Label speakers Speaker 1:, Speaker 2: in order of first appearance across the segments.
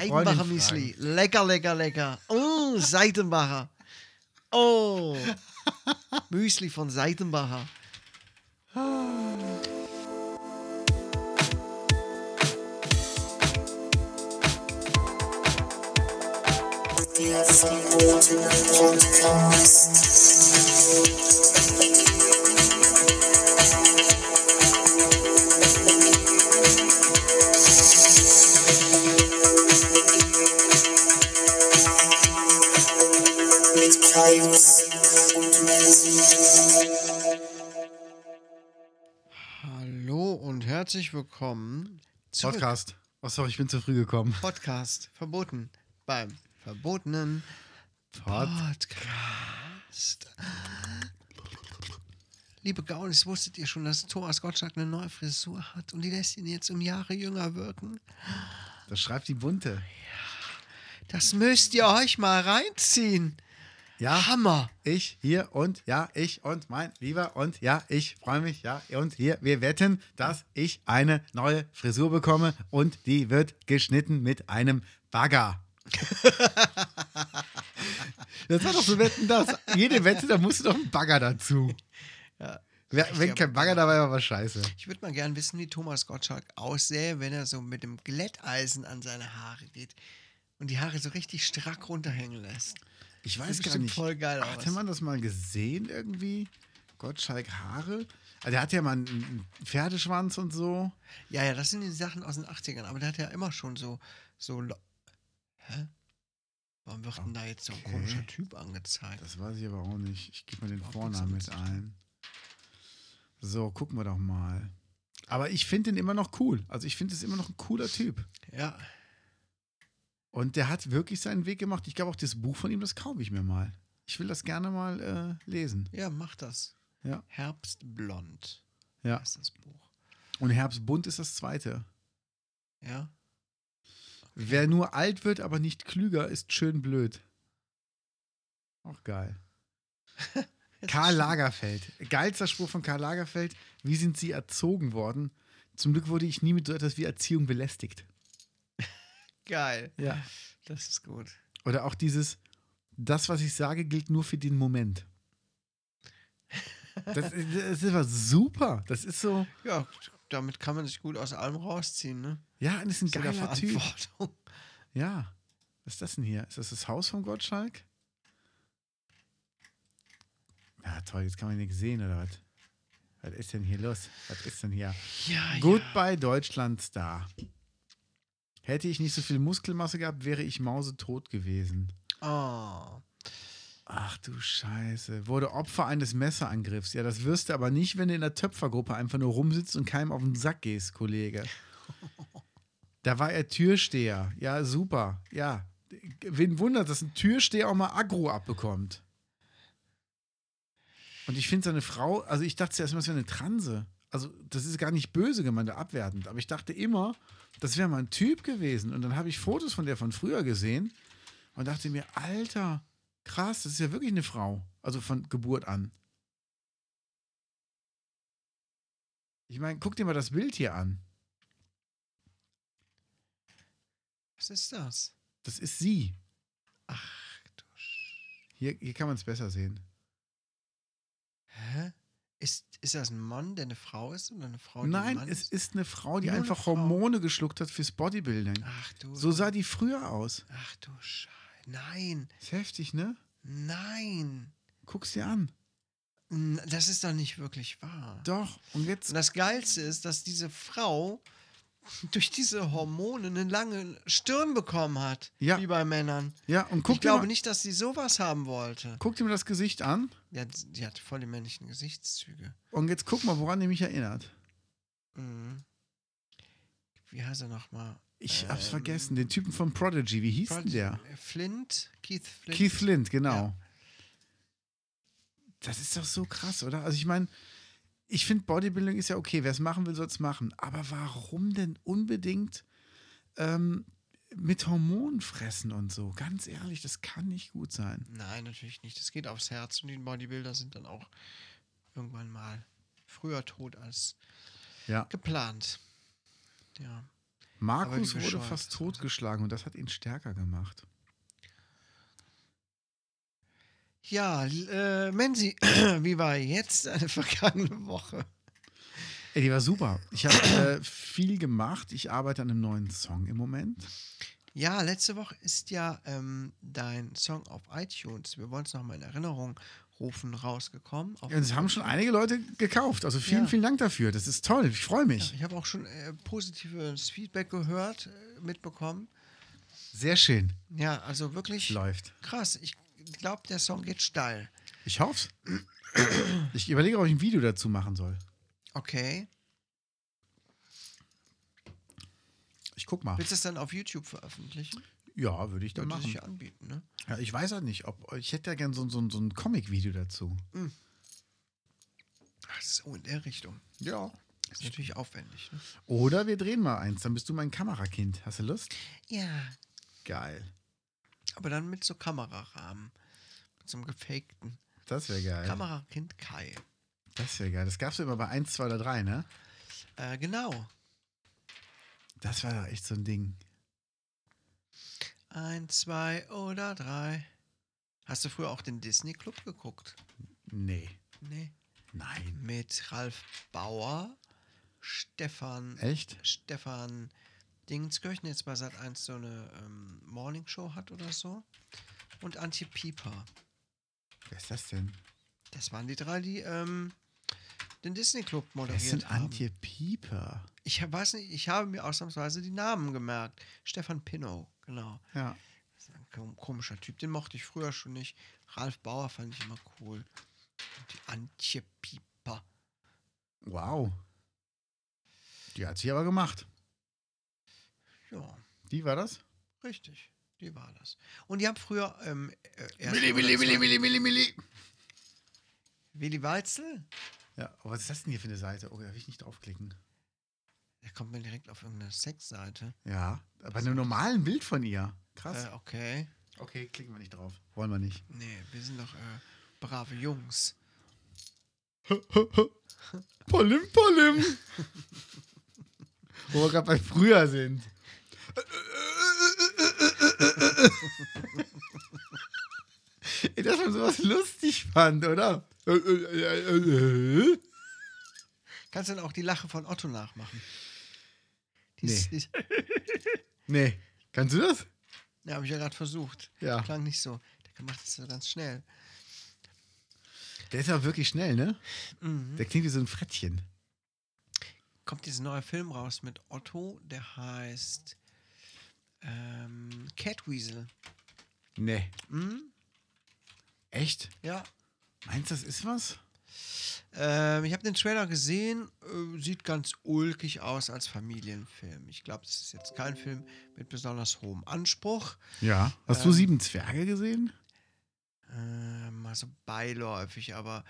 Speaker 1: Eidenbacher Müsli. Lecker, lecker, lecker. Oh, Seitenbacher. Oh. Müsli von Seitenbacher. Hallo und herzlich willkommen zum
Speaker 2: Podcast. Oh, sorry, ich bin zu früh gekommen.
Speaker 1: Podcast verboten beim verbotenen Podcast. Liebe Gaunis, wusstet ihr schon, dass Thomas Gottschalk eine neue Frisur hat und die lässt ihn jetzt um Jahre jünger wirken?
Speaker 2: Das schreibt die Bunte.
Speaker 1: Das müsst ihr euch mal reinziehen.
Speaker 2: Ja,
Speaker 1: Hammer.
Speaker 2: ich hier und ja, ich und mein Lieber und ja, ich freue mich, ja, und hier, wir wetten, dass ich eine neue Frisur bekomme und die wird geschnitten mit einem Bagger. das war doch so wetten, das. Jede Wette, da musst du doch einen Bagger dazu. Wer- Wenn kein Bagger dabei war, war scheiße.
Speaker 1: Ich würde mal gern wissen, wie Thomas Gottschalk aussähe, wenn er so mit dem Glätteisen an seine Haare geht und die Haare so richtig strack runterhängen lässt.
Speaker 2: Ich
Speaker 1: Das sieht bestimmt voll geil aus.
Speaker 2: Hatte man das mal gesehen irgendwie? Gottschalk Haare? Also, der hat ja mal einen- einen Pferdeschwanz und so.
Speaker 1: Ja, ja, das sind die Sachen aus den 80ern, aber der hat ja immer schon so. so lo- Hä? Warum wird denn da jetzt so ein
Speaker 2: Okay.
Speaker 1: komischer Typ angezeigt?
Speaker 2: Das weiß ich aber auch nicht. Ich gebe mal den
Speaker 1: Überhaupt
Speaker 2: Vornamen
Speaker 1: nichts
Speaker 2: mit
Speaker 1: damit zu
Speaker 2: ein. So, gucken wir doch mal. Aber ich finde den immer noch cool. Also ich finde es immer noch ein cooler Typ.
Speaker 1: Ja,
Speaker 2: Und der hat wirklich seinen Weg gemacht. Ich glaube auch das Buch von ihm, das kaufe ich mir mal. Ich will das gerne mal äh, lesen.
Speaker 1: ja, mach das.
Speaker 2: Ja.
Speaker 1: Herbstblond
Speaker 2: Ja.
Speaker 1: ist das Buch.
Speaker 2: Und Herbstbunt ist das zweite.
Speaker 1: Ja.
Speaker 2: Wer nur alt wird, aber nicht klüger, ist schön blöd. Auch geil. Karl Lagerfeld. Geilster Spruch von Karl Lagerfeld. Wie sind Sie erzogen worden? Zum Glück wurde ich nie mit so etwas wie Erziehung belästigt.
Speaker 1: Geil.
Speaker 2: Ja.
Speaker 1: Das ist gut.
Speaker 2: Oder auch dieses, das, was ich sage, gilt nur für den Moment. Das, ist- das ist aber super. Das ist so,
Speaker 1: Ja, damit kann man sich gut aus allem rausziehen, ne?
Speaker 2: ja, das ist ein
Speaker 1: Zu der
Speaker 2: geiler Typ.
Speaker 1: Verantwortung.
Speaker 2: Ja. Was ist das denn hier? Ist das das Haus von Gottschalk? Ja, toll, jetzt kann man nichts sehen, oder was? Was ist denn hier los? Was ist denn hier?
Speaker 1: Ja,
Speaker 2: Goodbye Deutschland Star. Hätte ich nicht so viel Muskelmasse gehabt, wäre ich mausetot gewesen.
Speaker 1: Ja. Oh.
Speaker 2: Ach du Scheiße. Wurde Opfer eines Messerangriffs. Ja, das wirst du aber nicht, wenn du in der Töpfergruppe einfach nur rumsitzt und keinem auf den Sack gehst, Kollege. Da war er Türsteher. Ja, super. Ja. Wen wundert, dass ein Türsteher auch mal Agro abbekommt. Und ich finde seine Frau, also ich dachte zuerst mal, das wäre eine Transe. Also, das ist gar nicht böse gemeint, abwertend. Aber ich dachte immer, das wäre mal ein Typ gewesen. Und dann habe ich Fotos von der von früher gesehen und dachte mir, Alter, krass, das ist ja wirklich eine Frau. Also von Geburt an. Ich meine, guck dir mal das Bild hier an.
Speaker 1: Was ist das?
Speaker 2: Das ist sie.
Speaker 1: Ach du Sch...
Speaker 2: Hier, hier kann man es besser sehen.
Speaker 1: Hä? Ist, ist das ein Mann, der eine Frau ist oder eine Frau, Oh, die ein
Speaker 2: Nein,
Speaker 1: Mann
Speaker 2: es ist eine Frau, die
Speaker 1: Nur eine
Speaker 2: einfach
Speaker 1: Frau.
Speaker 2: Hormone geschluckt hat fürs Bodybuilding.
Speaker 1: Ach du...
Speaker 2: So sah die früher aus.
Speaker 1: Ach du Scheiße. Nein,
Speaker 2: Ist heftig, ne?
Speaker 1: nein.
Speaker 2: Guck's dir an.
Speaker 1: N- Das ist doch nicht wirklich wahr.
Speaker 2: Doch, und
Speaker 1: Und
Speaker 2: jetzt.
Speaker 1: das Geilste ist, dass diese Frau durch diese Hormone eine lange Stirn bekommen hat.
Speaker 2: Ja.
Speaker 1: Wie bei Männern.
Speaker 2: Ja, und guck
Speaker 1: ich
Speaker 2: dir,
Speaker 1: glaube
Speaker 2: mal,
Speaker 1: nicht, dass sie sowas haben wollte.
Speaker 2: guck dir mal das Gesicht an.
Speaker 1: Die hat, die hat voll die männlichen Gesichtszüge.
Speaker 2: Und jetzt guck mal, woran die mich erinnert.
Speaker 1: Mhm. Wie heißt er nochmal?
Speaker 2: Ich hab's
Speaker 1: Ähm,
Speaker 2: vergessen. Den Typen von Prodigy. Wie hieß denn
Speaker 1: Prodigy.
Speaker 2: der?
Speaker 1: Flint? Keith Flint?
Speaker 2: Keith Flint, genau.
Speaker 1: Ja.
Speaker 2: Das ist doch so krass, oder? Also ich meine, ich finde Bodybuilding ist ja okay, wer es machen will, soll es machen. Aber warum denn unbedingt ähm, mit Hormonen fressen und so? Ganz ehrlich, das kann nicht gut sein.
Speaker 1: Nein, natürlich nicht. Das geht aufs Herz und die Bodybuilder sind dann auch irgendwann mal früher tot als
Speaker 2: Ja.
Speaker 1: geplant. Ja.
Speaker 2: Markus
Speaker 1: wie
Speaker 2: wurde
Speaker 1: bescheuert
Speaker 2: fast
Speaker 1: das war.
Speaker 2: totgeschlagen und das hat ihn stärker gemacht.
Speaker 1: Ja, l- äh, Menzi, wie war jetzt eine vergangene Woche?
Speaker 2: Ey, die war super. Ich habe äh, viel gemacht. Ich arbeite an einem neuen Song im Moment.
Speaker 1: Ja, letzte Woche ist ja ähm, dein Song auf iTunes, wir wollen es nochmal in Erinnerung rufen, rausgekommen. Auf
Speaker 2: Ja, und Es haben schon einige Leute gekauft. Also vielen,
Speaker 1: Ja.
Speaker 2: vielen Dank dafür. Das ist toll. Ich freue mich.
Speaker 1: ich habe auch schon äh, positives Feedback gehört, äh, mitbekommen.
Speaker 2: Sehr schön.
Speaker 1: Ja, also wirklich
Speaker 2: Läuft.
Speaker 1: krass. Ich glaube, der Song geht steil.
Speaker 2: Ich hoffe es. Ich überlege, ob ich ein Video dazu machen soll.
Speaker 1: Okay.
Speaker 2: Ich guck mal.
Speaker 1: Willst du es dann auf YouTube veröffentlichen?
Speaker 2: Ja, würde ich dann
Speaker 1: Würde sich ja
Speaker 2: machen.
Speaker 1: anbieten, ne?
Speaker 2: Ja, ich weiß halt nicht, ob ich hätte ja gern so, so, so ein Comic-Video dazu.
Speaker 1: Ach so, in der Richtung.
Speaker 2: Ja.
Speaker 1: Ist natürlich aufwendig. Ne?
Speaker 2: Oder wir drehen mal eins, dann bist du mein Kamerakind. Hast du Lust?
Speaker 1: Ja.
Speaker 2: Geil.
Speaker 1: Aber dann mit so Kamerarahmen. Mit so einem gefakten.
Speaker 2: Das wäre geil.
Speaker 1: Kamerakind Kai.
Speaker 2: Das wäre geil. Das gab es ja immer bei 1, 2 oder 3, ne?
Speaker 1: Äh, genau.
Speaker 2: Das war doch echt so ein Ding.
Speaker 1: Eins, zwei oder drei. Hast du früher auch den Disney Club geguckt?
Speaker 2: Nee.
Speaker 1: Nee.
Speaker 2: Nein.
Speaker 1: Mit Ralf Bauer, Stefan
Speaker 2: Echt?
Speaker 1: Stefan Dingenskirchen jetzt bei Sat 1 so eine ähm, Morningshow hat oder so. Und Antje Pieper.
Speaker 2: Wer ist das denn?
Speaker 1: Das waren die drei, die ähm, den Disney Club
Speaker 2: Wer ist denn
Speaker 1: moderiert haben.
Speaker 2: Antje Pieper?
Speaker 1: Ich hab- weiß nicht, ich habe mir ausnahmsweise die Namen gemerkt. Stefan Pinnow, genau.
Speaker 2: Ja.
Speaker 1: Das ist ein kom- komischer Typ, den mochte ich früher schon nicht. Ralf Bauer fand ich immer cool. Und die Antje Pieper.
Speaker 2: Wow. Die hat sie aber gemacht.
Speaker 1: Ja,
Speaker 2: Die war das?
Speaker 1: richtig. Die war das. Und die haben früher ähm, äh, erst-
Speaker 2: Milli, Milli.
Speaker 1: Willi Weitzel?
Speaker 2: Ja, aber was ist das denn hier für eine Seite? Oh, da will ich nicht draufklicken.
Speaker 1: Der kommt mir direkt auf irgendeine Sexseite.
Speaker 2: Ja, bei einem normalen Bild von ihr. Krass.
Speaker 1: Äh, okay.
Speaker 2: okay, klicken wir nicht drauf. Wollen wir nicht.
Speaker 1: Nee, wir sind doch äh, brave Jungs.
Speaker 2: Pollim, Pollim. Wo wir gerade bei früher sind. Ey, dass man sowas lustig fand, oder?
Speaker 1: Kannst du denn auch die Lache von Otto nachmachen? Die
Speaker 2: Nee.
Speaker 1: ist- die ist-
Speaker 2: Nee, kannst du das?
Speaker 1: ja, habe ich ja gerade versucht.
Speaker 2: Ja.
Speaker 1: Klang nicht so. Der macht das so ganz schnell.
Speaker 2: Der ist ja wirklich schnell, ne?
Speaker 1: Mhm.
Speaker 2: Der klingt wie so ein Frettchen.
Speaker 1: Kommt jetzt ein neuer Film raus mit Otto, der heißt ähm, Catweasel.
Speaker 2: Nee.
Speaker 1: Mhm.
Speaker 2: Echt?
Speaker 1: Ja.
Speaker 2: Meinst du, das ist was?
Speaker 1: Ähm, ich habe den Trailer gesehen, äh, sieht ganz ulkig aus als Familienfilm. Ich glaube, es ist jetzt kein Film mit besonders hohem Anspruch.
Speaker 2: Ja. Hast du
Speaker 1: Ähm.
Speaker 2: sieben Zwerge gesehen?
Speaker 1: Äh, mal so beiläufig, aber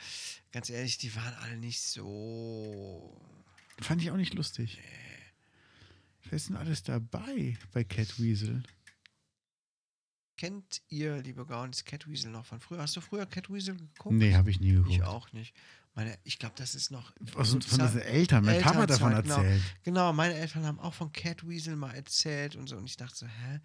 Speaker 1: ganz ehrlich, die waren alle nicht so.
Speaker 2: Fand ich auch nicht lustig. Äh. Wer ist denn alles dabei bei Catweasel?
Speaker 1: Kennt ihr, liebe Gaunis, Catweasel noch von früher? Hast du früher Catweasel geguckt?
Speaker 2: Nee, habe ich nie geguckt.
Speaker 1: Oh, Ich auch nicht. Meine, ich glaube, das ist noch.
Speaker 2: Also von
Speaker 1: Zeit-
Speaker 2: diesen Eltern. Mein Papa hat davon
Speaker 1: Elternzeit, genau.
Speaker 2: erzählt.
Speaker 1: Genau, meine Eltern haben auch von Catweasel mal erzählt und so. Und ich dachte so, hä?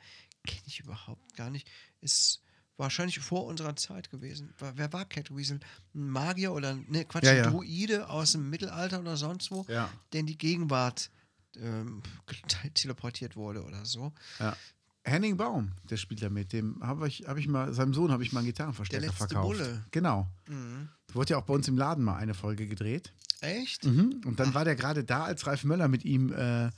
Speaker 1: Kenne ich überhaupt gar nicht. Ist wahrscheinlich vor unserer Zeit gewesen. Wa- Wer war Catweasel? Ein Magier oder ne, Quatsch,
Speaker 2: Ja,
Speaker 1: ein
Speaker 2: ja.
Speaker 1: Druide aus dem Mittelalter oder sonst wo?
Speaker 2: Ja.
Speaker 1: der in die Gegenwart ähm, teleportiert wurde oder so.
Speaker 2: Henning Baum, der spielt da mit. Dem habe ich, hab ich mal, seinem Sohn habe ich mal einen Gitarrenverstärker
Speaker 1: Der letzte
Speaker 2: verkauft.
Speaker 1: Bulle.
Speaker 2: Genau.
Speaker 1: Mhm.
Speaker 2: Wurde ja auch bei uns im Laden mal eine Folge gedreht.
Speaker 1: Echt?
Speaker 2: Mhm. Und dann war der gerade da, als Ralf Möller mit ihm äh,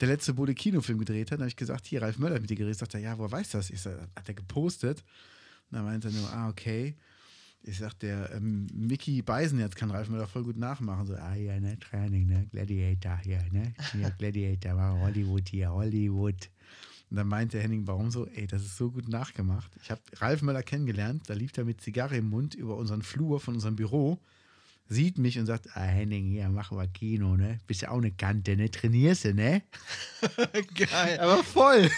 Speaker 2: der letzte Bude Kinofilm gedreht hat. Dann habe ich gesagt, hier, Ralf Möller hat mit dir geredet. Sagt er, ja, woher weiß das? Ich sag, hat er gepostet. Und dann meinte er nur, ah, okay. Ich sag, der ähm, Mickey Beisen jetzt kann Ralf Möller voll gut nachmachen. So, ah, ja, ne, Training, ne, Gladiator hier, ne? Ja, Gladiator, war Hollywood hier, Hollywood. Und dann meinte Henning Baum so, ey, das ist so gut nachgemacht. Ich habe Ralf Möller kennengelernt, da lief er mit Zigarre im Mund über unseren Flur von unserem Büro sieht mich und sagt, ah, Henning, hier, mach mal Kino, ne? Bist ja auch eine Kante, ne? Trainierst du, ne?
Speaker 1: Geil.
Speaker 2: Aber voll.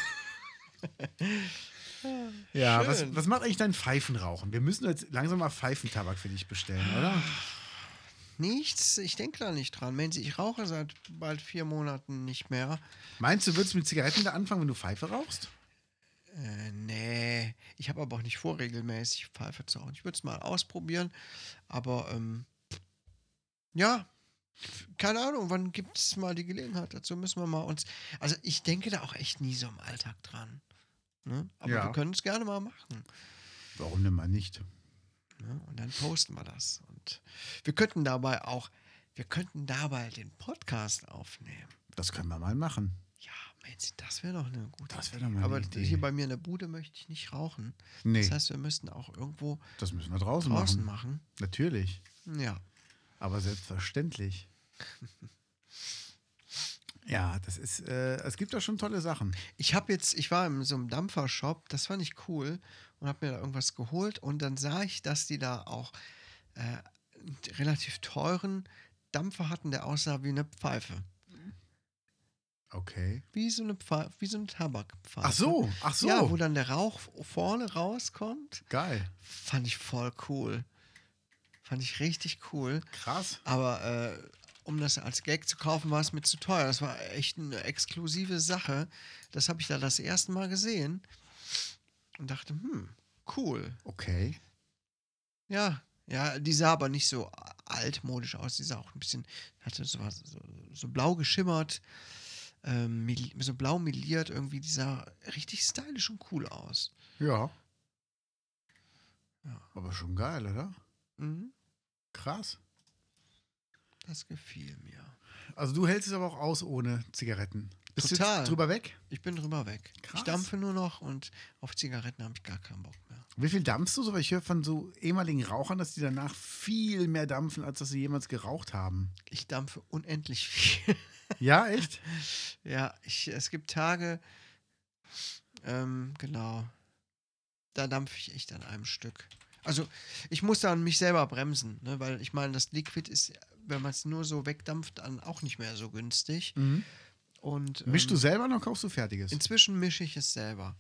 Speaker 2: ja, was,
Speaker 1: Schön.
Speaker 2: was macht eigentlich dein Pfeifenrauchen? Wir müssen jetzt langsam mal Pfeifentabak für dich bestellen, oder?
Speaker 1: Nichts, ich denke da nicht dran. Menzi, ich rauche seit bald vier Monaten nicht mehr.
Speaker 2: Meinst du, würdest du mit Zigaretten da anfangen, wenn du Pfeife rauchst?
Speaker 1: Äh, nee, ich habe aber auch nicht vor, regelmäßig Pfeife zu rauchen. Ich würde es mal ausprobieren, aber ähm, ja, keine Ahnung, wann gibt es mal die Gelegenheit? Dazu müssen wir mal uns. Also, ich denke da auch echt nie so im Alltag dran. Ne? Aber
Speaker 2: Ja.
Speaker 1: wir können es gerne mal machen.
Speaker 2: Warum denn mal nicht?
Speaker 1: Ne? Und dann posten wir das. Und wir könnten dabei auch, wir könnten dabei den Podcast aufnehmen.
Speaker 2: Das können wir mal machen.
Speaker 1: Ja, Mensch, das wäre doch eine gute
Speaker 2: Das wäre doch mal eine
Speaker 1: Aber
Speaker 2: Idee.
Speaker 1: hier bei mir in der Bude möchte ich nicht rauchen.
Speaker 2: Nee,
Speaker 1: Das
Speaker 2: das,
Speaker 1: heißt, wir müssten auch irgendwo
Speaker 2: müssen wir draußen,
Speaker 1: draußen
Speaker 2: machen.
Speaker 1: machen.
Speaker 2: Natürlich,
Speaker 1: Ja.
Speaker 2: aber selbstverständlich. ja, das ist, äh, es gibt da schon tolle Sachen.
Speaker 1: Ich habe jetzt, ich war in so einem Dampfershop, das fand ich cool und habe mir da irgendwas geholt und dann sah ich, dass die da auch äh, einen relativ teuren Dampfer hatten, der aussah wie eine Pfeife.
Speaker 2: Okay.
Speaker 1: Wie so eine Pfeife, wie so eine Tabakpfeife.
Speaker 2: Ach so, ach so.
Speaker 1: Ja, wo dann der Rauch vorne rauskommt.
Speaker 2: Geil,
Speaker 1: Fand ich voll cool. Fand ich richtig cool.
Speaker 2: krass.
Speaker 1: Aber äh, um das als Gag zu kaufen, war es mir zu teuer. Das war echt eine exklusive Sache. Das habe ich da das erste Mal gesehen und dachte, hm, cool.
Speaker 2: Okay.
Speaker 1: Ja, ja, die sah aber nicht so altmodisch aus. Die sah auch ein bisschen, hatte so, was- so, so blau geschimmert, ähm, mel- so blau meliert irgendwie. Die sah richtig stylisch und cool aus.
Speaker 2: Ja.
Speaker 1: Ja.
Speaker 2: Aber schon geil, oder?
Speaker 1: Mhm,
Speaker 2: Krass.
Speaker 1: das gefiel mir.
Speaker 2: Also du hältst es aber auch aus ohne Zigaretten. Bist du
Speaker 1: Total.
Speaker 2: jetzt drüber weg?
Speaker 1: Ich bin drüber weg.
Speaker 2: Krass.
Speaker 1: Ich dampfe nur noch und auf Zigaretten habe ich gar keinen Bock mehr.
Speaker 2: Wie viel dampfst du so? Weil ich höre von so ehemaligen Rauchern, dass die danach viel mehr dampfen, als dass sie jemals geraucht haben.
Speaker 1: Ich dampfe unendlich viel.
Speaker 2: Ja, echt?
Speaker 1: ja, ich, es gibt Tage, ähm, genau, da dampfe ich echt an einem Stück. Also ich muss dann mich selber bremsen, ne? weil ich meine, das Liquid ist, wenn man es nur so wegdampft, dann auch nicht mehr so günstig.
Speaker 2: Mhm.
Speaker 1: Und, ähm,
Speaker 2: Mischst du selber noch, kaufst du fertiges?
Speaker 1: Inzwischen mische ich es selber.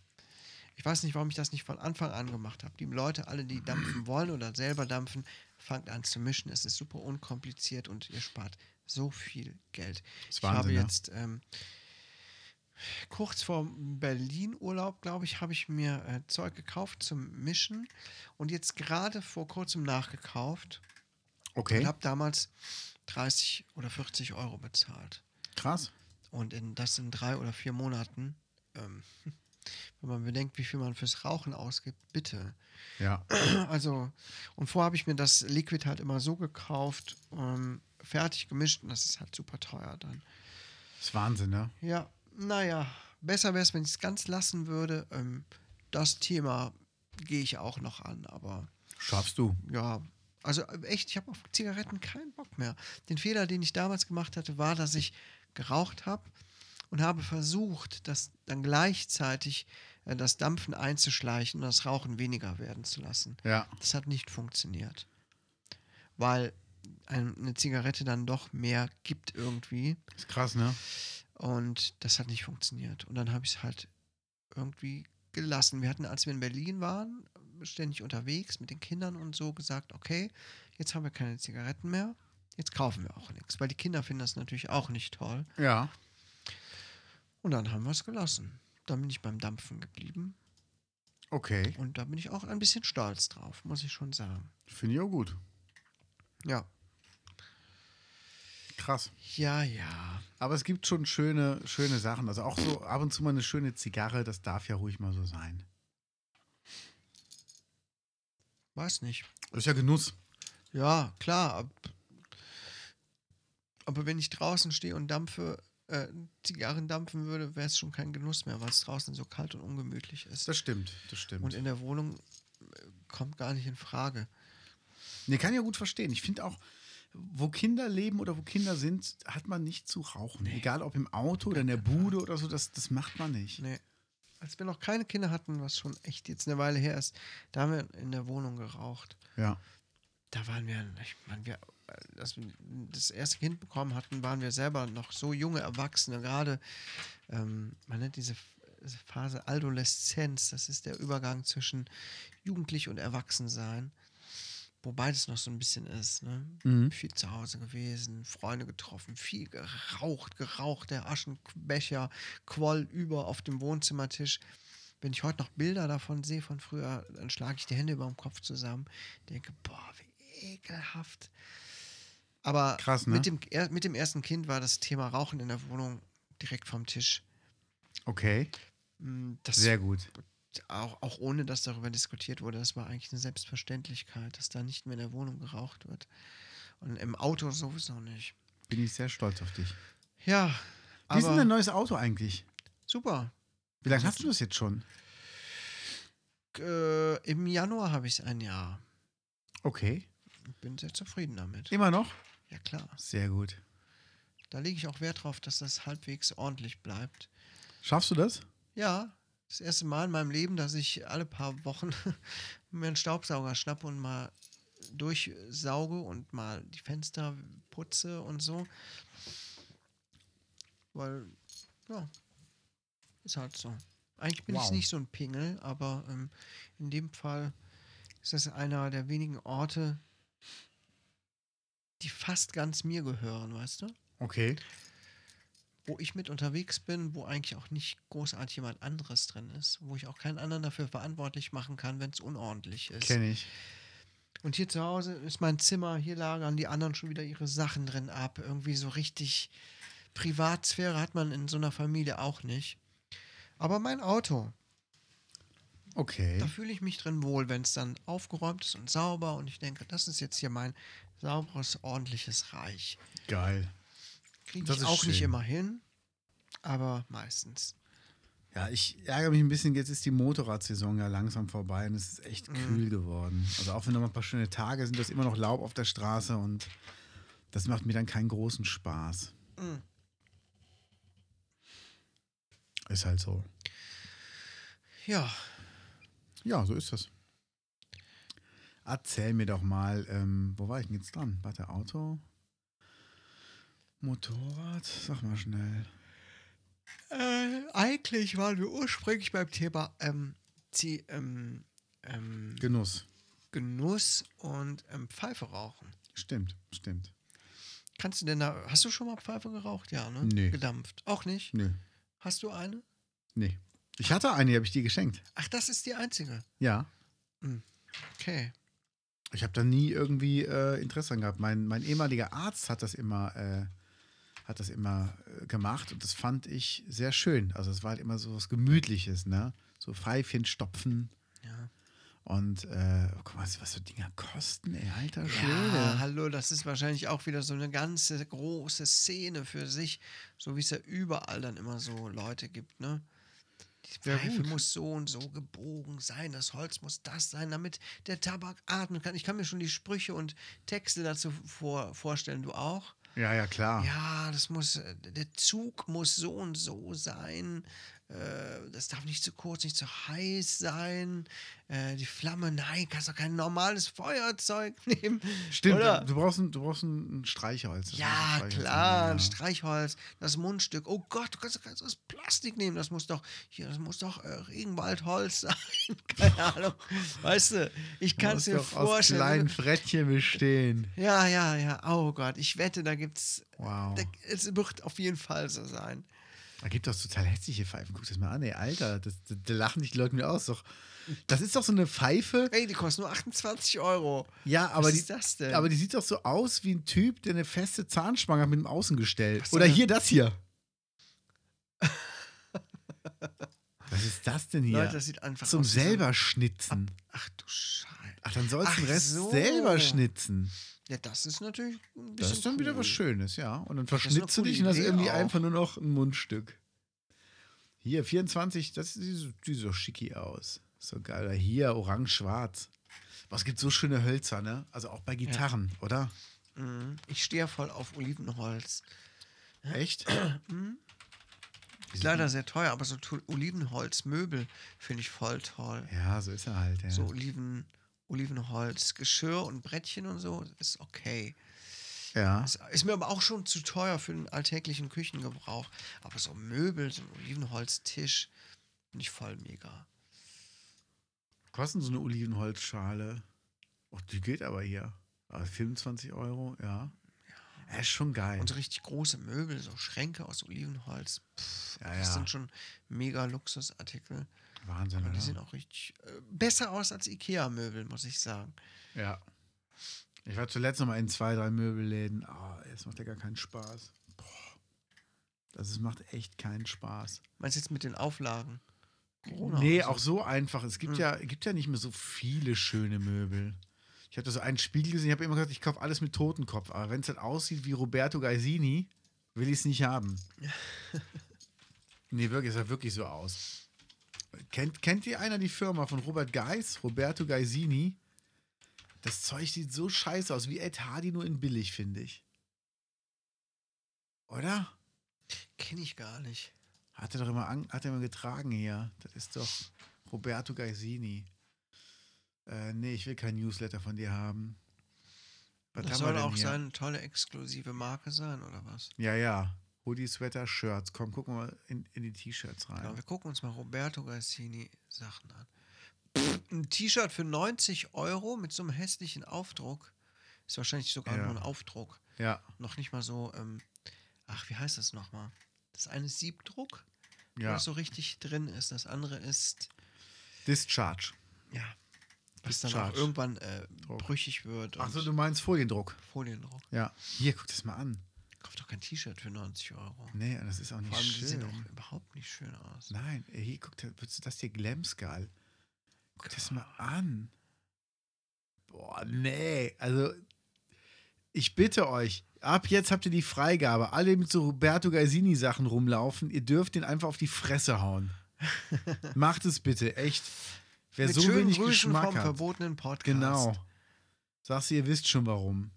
Speaker 1: Ich weiß nicht, warum ich das nicht von Anfang an gemacht habe. Die Leute, alle, die dampfen wollen oder selber dampfen, fangt an zu mischen. Es ist super unkompliziert und ihr spart so viel Geld.
Speaker 2: ist
Speaker 1: ich habe
Speaker 2: Wahnsinn, ne?
Speaker 1: jetzt ähm, kurz vor Berlin-Urlaub, glaube ich, habe ich mir äh, Zeug gekauft zum Mischen und jetzt gerade vor kurzem nachgekauft
Speaker 2: Okay,
Speaker 1: und habe damals 30 oder 40 Euro bezahlt.
Speaker 2: krass.
Speaker 1: Und in, das in drei oder vier Monaten. Ähm, wenn man bedenkt, wie viel man fürs Rauchen ausgibt, bitte.
Speaker 2: Ja.
Speaker 1: Also, und vorher habe ich mir das Liquid halt immer so gekauft, ähm, fertig gemischt und das ist halt super teuer dann.
Speaker 2: Ist Wahnsinn, ne?
Speaker 1: Ja, naja, besser wäre es, wenn ich es ganz lassen würde. Ähm, das Thema gehe ich auch noch an, aber
Speaker 2: Schaffst du.
Speaker 1: ja, also äh, echt, ich habe auf Zigaretten keinen Bock mehr. Den Fehler, den ich damals gemacht hatte, war, dass ich geraucht habe und habe versucht, das dann gleichzeitig äh, das Dampfen einzuschleichen und das Rauchen weniger werden zu lassen.
Speaker 2: Ja.
Speaker 1: Das hat nicht funktioniert, weil ein- eine Zigarette dann doch mehr gibt irgendwie
Speaker 2: Ist krass, ne?
Speaker 1: und das hat nicht funktioniert. Und dann habe ich es halt irgendwie gelassen. Wir hatten, als wir in Berlin waren, ständig unterwegs mit den Kindern und so gesagt, okay, jetzt haben wir keine Zigaretten mehr, jetzt kaufen wir auch nichts, weil die Kinder finden das natürlich auch nicht toll.
Speaker 2: Ja.
Speaker 1: Und dann haben wir es gelassen. Dann bin ich beim Dampfen geblieben
Speaker 2: Okay.
Speaker 1: und da bin ich auch ein bisschen stolz drauf, muss ich schon sagen.
Speaker 2: Finde ich auch gut.
Speaker 1: Ja,
Speaker 2: Krass.
Speaker 1: ja, ja.
Speaker 2: Aber es gibt schon schöne, schöne Sachen. Also auch so ab und zu mal eine schöne Zigarre, das darf ja ruhig mal so sein.
Speaker 1: Weiß nicht.
Speaker 2: Ist ja Genuss.
Speaker 1: Ja, klar. ab- Aber wenn ich draußen stehe und dampfe, äh, Zigarren dampfen würde, wäre es schon kein Genuss mehr, weil es draußen so kalt und ungemütlich ist.
Speaker 2: Das stimmt, das stimmt.
Speaker 1: Und in der Wohnung äh, kommt gar nicht in Frage.
Speaker 2: Nee, kann ja gut verstehen. Ich finde auch, wo Kinder leben oder wo Kinder sind, hat man nicht zu rauchen. Egal ob im Auto oder in der Bude oder so, das, das macht man nicht.
Speaker 1: Nee. Als wir noch keine Kinder hatten, was schon echt jetzt eine Weile her ist, da haben wir in der Wohnung geraucht.
Speaker 2: Ja.
Speaker 1: Da waren wir, ich meine, wir, äh, als wir das erste Kind bekommen hatten, waren wir selber noch so junge Erwachsene. Gerade, ähm, man nennt diese F- diese Phase Adoleszenz, das ist der Übergang zwischen Jugendlich und Erwachsensein. Wobei das noch so ein bisschen ist, ne?
Speaker 2: Mhm.
Speaker 1: Viel zu Hause gewesen, Freunde getroffen, viel geraucht, geraucht, der Aschenbecher quoll über auf dem Wohnzimmertisch. Wenn ich heute noch Bilder davon sehe von früher, dann schlage ich die Hände über dem Kopf zusammen, denke, boah, wie ekelhaft. Aber
Speaker 2: Krass, ne?
Speaker 1: mit, dem, er, mit dem ersten Kind war das Thema Rauchen in der Wohnung direkt vom Tisch.
Speaker 2: Okay,
Speaker 1: Mm, Das
Speaker 2: sehr gut.
Speaker 1: auch, auch ohne, dass darüber diskutiert wurde, das war eigentlich eine Selbstverständlichkeit, dass da nicht mehr in der Wohnung geraucht wird. Und im Auto sowieso nicht.
Speaker 2: Bin ich sehr stolz auf dich.
Speaker 1: Ja,
Speaker 2: Wie ist denn dein
Speaker 1: aber
Speaker 2: neues Auto eigentlich?
Speaker 1: super.
Speaker 2: Wie lange hast du das jetzt schon?
Speaker 1: Äh, Im Januar habe ich es ein Jahr.
Speaker 2: Okay.
Speaker 1: Bin sehr zufrieden damit.
Speaker 2: Immer noch?
Speaker 1: Ja, klar.
Speaker 2: Sehr gut.
Speaker 1: Da lege ich auch Wert drauf, dass das halbwegs ordentlich bleibt.
Speaker 2: Schaffst du das?
Speaker 1: Ja, das erste Mal in meinem Leben, dass ich alle paar Wochen mir einen Staubsauger schnappe und mal durchsauge und mal die Fenster putze und so. Weil, ja, ist halt so. Eigentlich bin
Speaker 2: Wow.
Speaker 1: ich nicht so ein Pingel, aber ähm, in dem Fall ist das einer der wenigen Orte, die fast ganz mir gehören, weißt du?
Speaker 2: Okay.
Speaker 1: wo ich mit unterwegs bin, wo eigentlich auch nicht großartig jemand anderes drin ist, wo ich auch keinen anderen dafür verantwortlich machen kann, wenn es unordentlich ist.
Speaker 2: Kenne ich.
Speaker 1: Und hier zu Hause ist mein Zimmer, hier lagern die anderen schon wieder ihre Sachen drin ab. Irgendwie so richtig Privatsphäre hat man in so einer Familie auch nicht. Aber mein Auto,
Speaker 2: Okay.
Speaker 1: da fühle ich mich drin wohl, wenn es dann aufgeräumt ist und sauber und ich denke, das ist jetzt hier mein sauberes, ordentliches Reich.
Speaker 2: Geil.
Speaker 1: Kriege
Speaker 2: Das
Speaker 1: ich
Speaker 2: ist
Speaker 1: auch nicht
Speaker 2: schön.
Speaker 1: immer hin, aber meistens.
Speaker 2: Ja, ich ärgere mich ein bisschen. Jetzt ist die Motorradsaison ja langsam vorbei und es ist echt kühl geworden. Also, auch wenn noch mal ein paar schöne Tage sind, das immer noch Laub auf der Straße und das macht mir dann keinen großen Spaß.
Speaker 1: Mhm.
Speaker 2: Ist halt so.
Speaker 1: Ja,
Speaker 2: Ja, so ist das. Erzähl mir doch mal, ähm, wo war ich denn jetzt dran? Warte, Auto? Motorrad? Sag mal schnell.
Speaker 1: Äh, eigentlich waren wir ursprünglich beim Thema ähm, die, ähm, ähm,
Speaker 2: Genuss.
Speaker 1: Genuss und ähm, Pfeife rauchen.
Speaker 2: Stimmt, stimmt.
Speaker 1: Kannst du denn da, hast du schon mal Pfeife geraucht? Ja, ne?
Speaker 2: Nee.
Speaker 1: Gedampft. Auch nicht?
Speaker 2: Nö,
Speaker 1: Hast du eine?
Speaker 2: nee. Ich hatte eine, die habe ich dir geschenkt.
Speaker 1: Ach, das ist die einzige.
Speaker 2: Ja.
Speaker 1: Okay.
Speaker 2: Ich habe da nie irgendwie äh, Interesse an gehabt. Mein, mein ehemaliger Arzt hat das immer, äh, hat das immer äh, gemacht und das fand ich sehr schön. Also es war halt immer so was Gemütliches, ne? So Pfeifchen stopfen
Speaker 1: Ja.
Speaker 2: und äh, guck mal, was was so Dinger kosten, ey, alter
Speaker 1: ja,
Speaker 2: Schwede.
Speaker 1: hallo, das ist wahrscheinlich auch wieder so eine ganze große Szene für sich, so wie es ja überall dann immer so Leute gibt, ne? Die
Speaker 2: Sehr
Speaker 1: Pfeife
Speaker 2: gut.
Speaker 1: muss so und so gebogen sein, das Holz muss das sein, damit der Tabak atmen kann. Ich kann mir schon die Sprüche und Texte dazu vor, vorstellen, du auch.
Speaker 2: Ja, ja, klar.
Speaker 1: Ja, das muss, äh, der Zug muss so und so sein. Äh, das darf nicht zu kurz, nicht zu heiß sein. Äh, die Flamme, nein, kannst doch kein normales Feuerzeug nehmen.
Speaker 2: Stimmt,
Speaker 1: Oder?
Speaker 2: du brauchst ein, du brauchst ein ein Streichholz. Das muss ein
Speaker 1: Ja,
Speaker 2: Streichholz
Speaker 1: klar, ein
Speaker 2: sein,
Speaker 1: Streichholz, das Mundstück. Oh Gott, du kannst doch ganz das Plastik nehmen. Das muss doch, hier, das muss doch äh, Regenwaldholz sein. Keine Ahnung. Weißt du, ich
Speaker 2: ja.
Speaker 1: kann es mir
Speaker 2: Muss doch aus
Speaker 1: vorstellen.
Speaker 2: kleinen Frettchen bestehen.
Speaker 1: Ja, ja, ja. Oh Gott, ich wette, da gibt's.
Speaker 2: Wow.
Speaker 1: Da, es wird auf jeden Fall so sein.
Speaker 2: Da gibt es total hässliche Pfeifen. Guck das mal an, ey, Alter. Das, da, da lachen dich die Leute mir aus. Doch. Das ist doch so eine Pfeife.
Speaker 1: Ey, die kostet nur 28 Euro.
Speaker 2: Ja, aber
Speaker 1: Was
Speaker 2: die,
Speaker 1: ist äh, das denn?
Speaker 2: aber die sieht doch so aus wie ein Typ, der eine feste Zahnschwange hat mit dem Außengestell.
Speaker 1: Was
Speaker 2: Oder
Speaker 1: soll
Speaker 2: hier das hier. Was ist das denn hier?
Speaker 1: Leute, das sieht einfach
Speaker 2: Zum
Speaker 1: aus wie so ein-
Speaker 2: selber schnitzen.
Speaker 1: Ach du Scheiße.
Speaker 2: Ach, dann sollst du den
Speaker 1: Ach
Speaker 2: Rest
Speaker 1: so.
Speaker 2: selber schnitzen.
Speaker 1: Ja, das ist natürlich ein bisschen.
Speaker 2: Das ist dann wieder
Speaker 1: cool.
Speaker 2: was Schönes, ja. Und dann
Speaker 1: ist eine
Speaker 2: verschnitzt du
Speaker 1: coole
Speaker 2: dich und hast
Speaker 1: Idee
Speaker 2: irgendwie
Speaker 1: auch.
Speaker 2: einfach nur noch ein Mundstück. Hier, 24, das sieht so, sieht so schicki aus. So geil. Oder Hier, orange-schwarz. Was gibt so schöne Hölzer, ne? Also auch bei Gitarren, oder?
Speaker 1: Mhm. Ich stehe ja voll auf Olivenholz.
Speaker 2: Echt?
Speaker 1: Ist Mhm. leider sehr teuer, aber so to- Olivenholzmöbel finde ich voll toll.
Speaker 2: Ja, so ist er halt, ja.
Speaker 1: So Oliven, Olivenholz, Geschirr und Brettchen und so ist okay.
Speaker 2: ja.
Speaker 1: Ist, ist mir aber auch schon zu teuer für den alltäglichen Küchengebrauch. Aber so Möbel, so ein Olivenholztisch finde ich voll mega.
Speaker 2: Kosten so eine Olivenholzschale? Oh, Oh, die geht aber hier. Aber 25 Euro, ja. Ja, ist schon geil.
Speaker 1: Und so richtig große Möbel, so Schränke aus Olivenholz. Pff,
Speaker 2: Ja,
Speaker 1: Das
Speaker 2: ja.
Speaker 1: sind schon mega Luxusartikel.
Speaker 2: Wahnsinn,
Speaker 1: Aber die
Speaker 2: oder?
Speaker 1: sehen auch richtig äh, besser aus als Ikea-Möbel, muss ich sagen.
Speaker 2: Ja. Ich war zuletzt noch mal in zwei, drei Möbelläden. Ah, es macht ja gar keinen Spaß. Boah. Das ist, macht echt keinen Spaß.
Speaker 1: Meinst du jetzt mit den Auflagen? Corona
Speaker 2: nee,
Speaker 1: und so.
Speaker 2: auch so einfach. Es gibt,
Speaker 1: Hm.
Speaker 2: ja, gibt ja nicht mehr so viele schöne Möbel. Ich habe da so einen Spiegel gesehen, ich habe immer gesagt, ich kaufe alles mit Totenkopf. Aber wenn es halt aussieht wie Roberto Gaisini, will ich es nicht haben. nee, wirklich, es sah wirklich so aus. Kennt, kennt ihr einer die Firma von Robert Geis, Roberto Gaisini? Das Zeug sieht so scheiße aus, wie Ed Hardy nur in billig, finde ich. Oder?
Speaker 1: Kenne ich gar nicht.
Speaker 2: Hat er doch immer, an, hat er immer getragen hier. Das ist doch Roberto Gaisini. Äh, nee, ich will kein Newsletter von dir haben. Was
Speaker 1: das
Speaker 2: haben wir
Speaker 1: soll
Speaker 2: denn
Speaker 1: auch
Speaker 2: hier?
Speaker 1: seine tolle exklusive Marke sein, oder was?
Speaker 2: Ja, ja. Hoodie, Sweater, Shirts. Komm, gucken wir mal in, in die T-Shirts rein.
Speaker 1: Ja, wir gucken uns mal Roberto Gassini Sachen an. Pff, ein T-Shirt für 90 Euro mit so einem hässlichen Aufdruck. Ist wahrscheinlich sogar
Speaker 2: Ja.
Speaker 1: nur ein Aufdruck.
Speaker 2: Ja,
Speaker 1: Noch nicht mal so, ähm, ach, wie heißt das nochmal? Das eine ist Siebdruck, wo
Speaker 2: ja.
Speaker 1: das so richtig drin ist. Das andere ist,
Speaker 2: Discharge.
Speaker 1: ja, was dann auch
Speaker 2: Discharge.
Speaker 1: irgendwann äh,
Speaker 2: Druck.
Speaker 1: brüchig wird. Und
Speaker 2: Achso, du meinst Foliendruck.
Speaker 1: Foliendruck.
Speaker 2: Ja. Hier, guck das mal an.
Speaker 1: Kauf doch kein T-Shirt für 90 Euro.
Speaker 2: Nee, das ist auch nicht
Speaker 1: Vor allem, die
Speaker 2: schön.
Speaker 1: sehen auch überhaupt nicht schön aus.
Speaker 2: Nein, ey, hier, guck, da- würdest du das hier Glamskull? Guck das mal an. Boah, nee. Also, ich bitte euch, ab jetzt habt ihr die Freigabe. Alle die mit so Roberto Gaisini-Sachen rumlaufen, ihr dürft den einfach auf die Fresse hauen. Macht es bitte, echt. Wer
Speaker 1: Mit
Speaker 2: so
Speaker 1: schönen
Speaker 2: wenig
Speaker 1: Grüßen
Speaker 2: Geschmack
Speaker 1: vom
Speaker 2: hat.
Speaker 1: verbotenen Podcast.
Speaker 2: Genau. Sagst du, ihr wisst schon warum.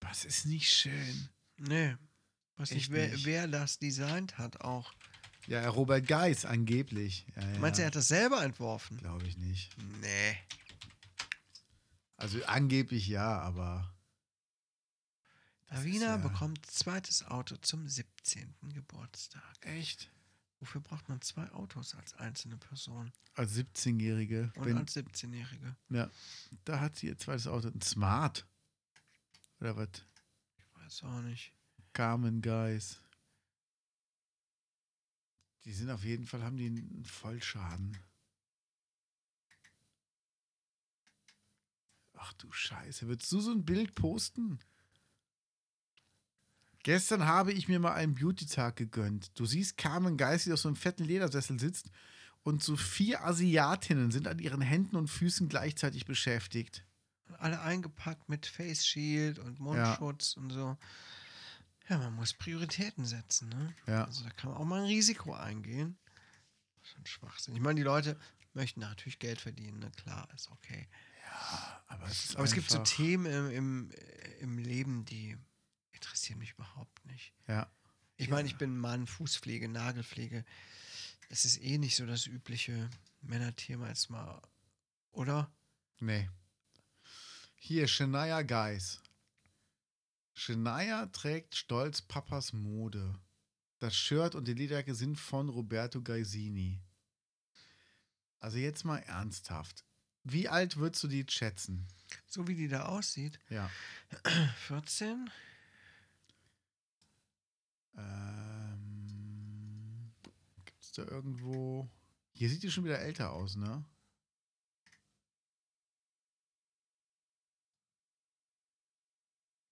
Speaker 2: Das ist nicht schön.
Speaker 1: Nee. Weiß nicht
Speaker 2: Echt
Speaker 1: wer,
Speaker 2: nicht.
Speaker 1: wer das designt hat auch.
Speaker 2: Ja, Robert Geis, angeblich. Ja, ja.
Speaker 1: Meinst du, er hat das selber entworfen?
Speaker 2: Glaube ich nicht.
Speaker 1: Nee.
Speaker 2: Also angeblich ja, aber. Das ist
Speaker 1: Davina
Speaker 2: ja-
Speaker 1: bekommt zweites Auto zum 17. Geburtstag.
Speaker 2: Echt?
Speaker 1: Wofür braucht man zwei Autos als einzelne Person
Speaker 2: Als 17-Jährige.
Speaker 1: und
Speaker 2: wenn-
Speaker 1: als 17-Jährige?
Speaker 2: Da hat sie ihr zweites Auto. Ein Smart. Oder was?
Speaker 1: Weiß auch nicht.
Speaker 2: Carmen Guys. Die sind auf jeden Fall, haben die einen Vollschaden. Ach du Scheiße, würdest du so ein Bild posten? Gestern habe ich mir mal einen Beauty-Tag gegönnt. Du siehst Carmen Geis, die auf so einem fetten Ledersessel sitzt und so vier Asiatinnen sind an ihren Händen und Füßen gleichzeitig beschäftigt.
Speaker 1: Und alle eingepackt mit Face Shield und Mundschutz und so. Ja, man muss Prioritäten setzen, ne?
Speaker 2: Ja,
Speaker 1: Also da kann man auch mal ein Risiko eingehen. Schon Schwachsinn. Ich meine, die Leute möchten natürlich Geld verdienen, ne? klar, ist okay.
Speaker 2: aber es, ist
Speaker 1: Aber es gibt so
Speaker 2: einfach-
Speaker 1: Themen im, im, äh, im Leben, die interessieren mich überhaupt nicht.
Speaker 2: Ja,
Speaker 1: Ich
Speaker 2: Ja.
Speaker 1: meine, ich bin Mann, Fußpflege, Nagelpflege. Es ist eh nicht so das übliche Männerthema jetzt mal, oder?
Speaker 2: Nee. Hier, Shania Geis. Shania trägt stolz Papas Mode. Das Shirt und die Lederjacke sind von Roberto Gaisini. Also jetzt mal ernsthaft. Wie alt würdest du die schätzen?
Speaker 1: So wie die da aussieht.
Speaker 2: Ja.
Speaker 1: 14?
Speaker 2: Ähm, gibt's da irgendwo. Hier sieht die schon wieder älter aus, ne?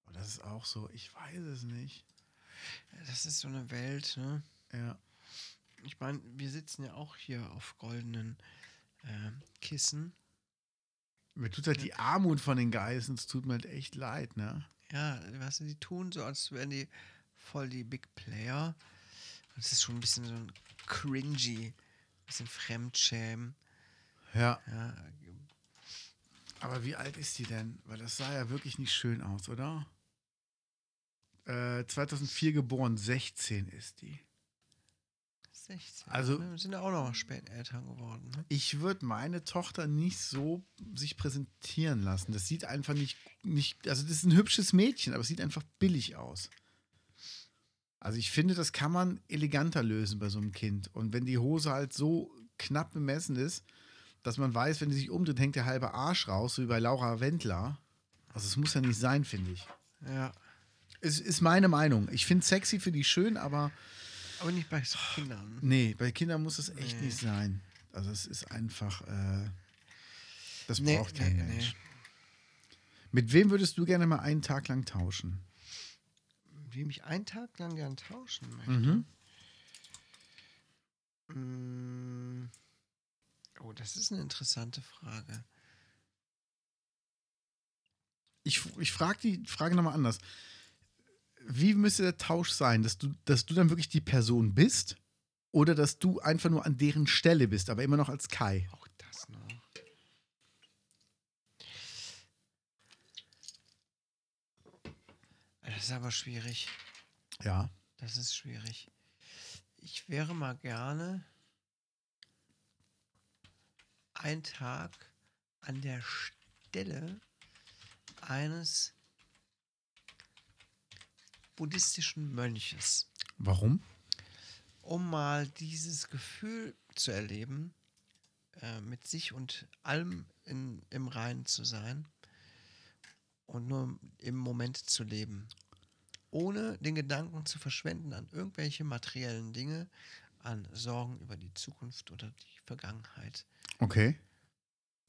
Speaker 2: Aber Oh, das ist auch so, ich weiß es nicht.
Speaker 1: Das ist so eine Welt, ne?
Speaker 2: Ja.
Speaker 1: Ich meine, wir sitzen ja auch hier auf goldenen ähm, Kissen.
Speaker 2: Mir tut halt die Armut von den Geißen, es tut mir halt echt leid, ne?
Speaker 1: Ja, weißt du, die tun so, als wären die voll die Big Player. Und es ist schon ein bisschen so ein cringy, bisschen Fremdschämen.
Speaker 2: Ja.
Speaker 1: Ja,
Speaker 2: Aber wie alt ist die denn? Weil das sah ja wirklich nicht schön aus, oder? Äh, 2004 geboren, 16 ist die.
Speaker 1: 16.
Speaker 2: Also-
Speaker 1: ne? sind ja auch noch spät Eltern geworden. Ne?
Speaker 2: ich würde meine Tochter nicht so sich präsentieren lassen. Das sieht einfach nicht, nicht, also das ist ein hübsches Mädchen, aber es sieht einfach billig aus. Also ich finde, das kann man eleganter lösen bei so einem Kind. Und wenn die Hose halt so knapp bemessen ist, dass man weiß, wenn die sich umdreht, hängt der halbe Arsch raus, so wie bei Laura Wendler. Also es muss ja nicht sein, finde ich.
Speaker 1: Ja.
Speaker 2: Es ist meine Meinung. Ich finde sexy, finde ich schön, aber
Speaker 1: Aber nicht bei so Kindern.
Speaker 2: nee, bei Kindern muss es echt nicht sein. Also es ist einfach, äh, das
Speaker 1: Nee,
Speaker 2: braucht kein
Speaker 1: nee,
Speaker 2: Mensch. Mit wem würdest du gerne mal einen Tag lang tauschen?
Speaker 1: Die mich einen Tag lang gern tauschen möchte. Mm. Oh, das ist eine interessante Frage.
Speaker 2: Ich, ich frage die Frage nochmal anders. Wie müsste der Tausch sein, dass du, dass du dann wirklich die Person bist oder dass du einfach nur an deren Stelle bist, aber immer noch als Kai?
Speaker 1: Auch das noch. Das ist aber schwierig.
Speaker 2: Ja.
Speaker 1: Das ist schwierig. Ich wäre mal gerne ein Tag an der Stelle eines buddhistischen Mönches,
Speaker 2: Warum?
Speaker 1: um mal dieses Gefühl zu erleben, äh, mit sich und allem in, im Reinen zu sein und nur im Moment zu leben ohne den Gedanken zu verschwenden an irgendwelche materiellen Dinge, an Sorgen über die Zukunft oder die Vergangenheit.
Speaker 2: Okay.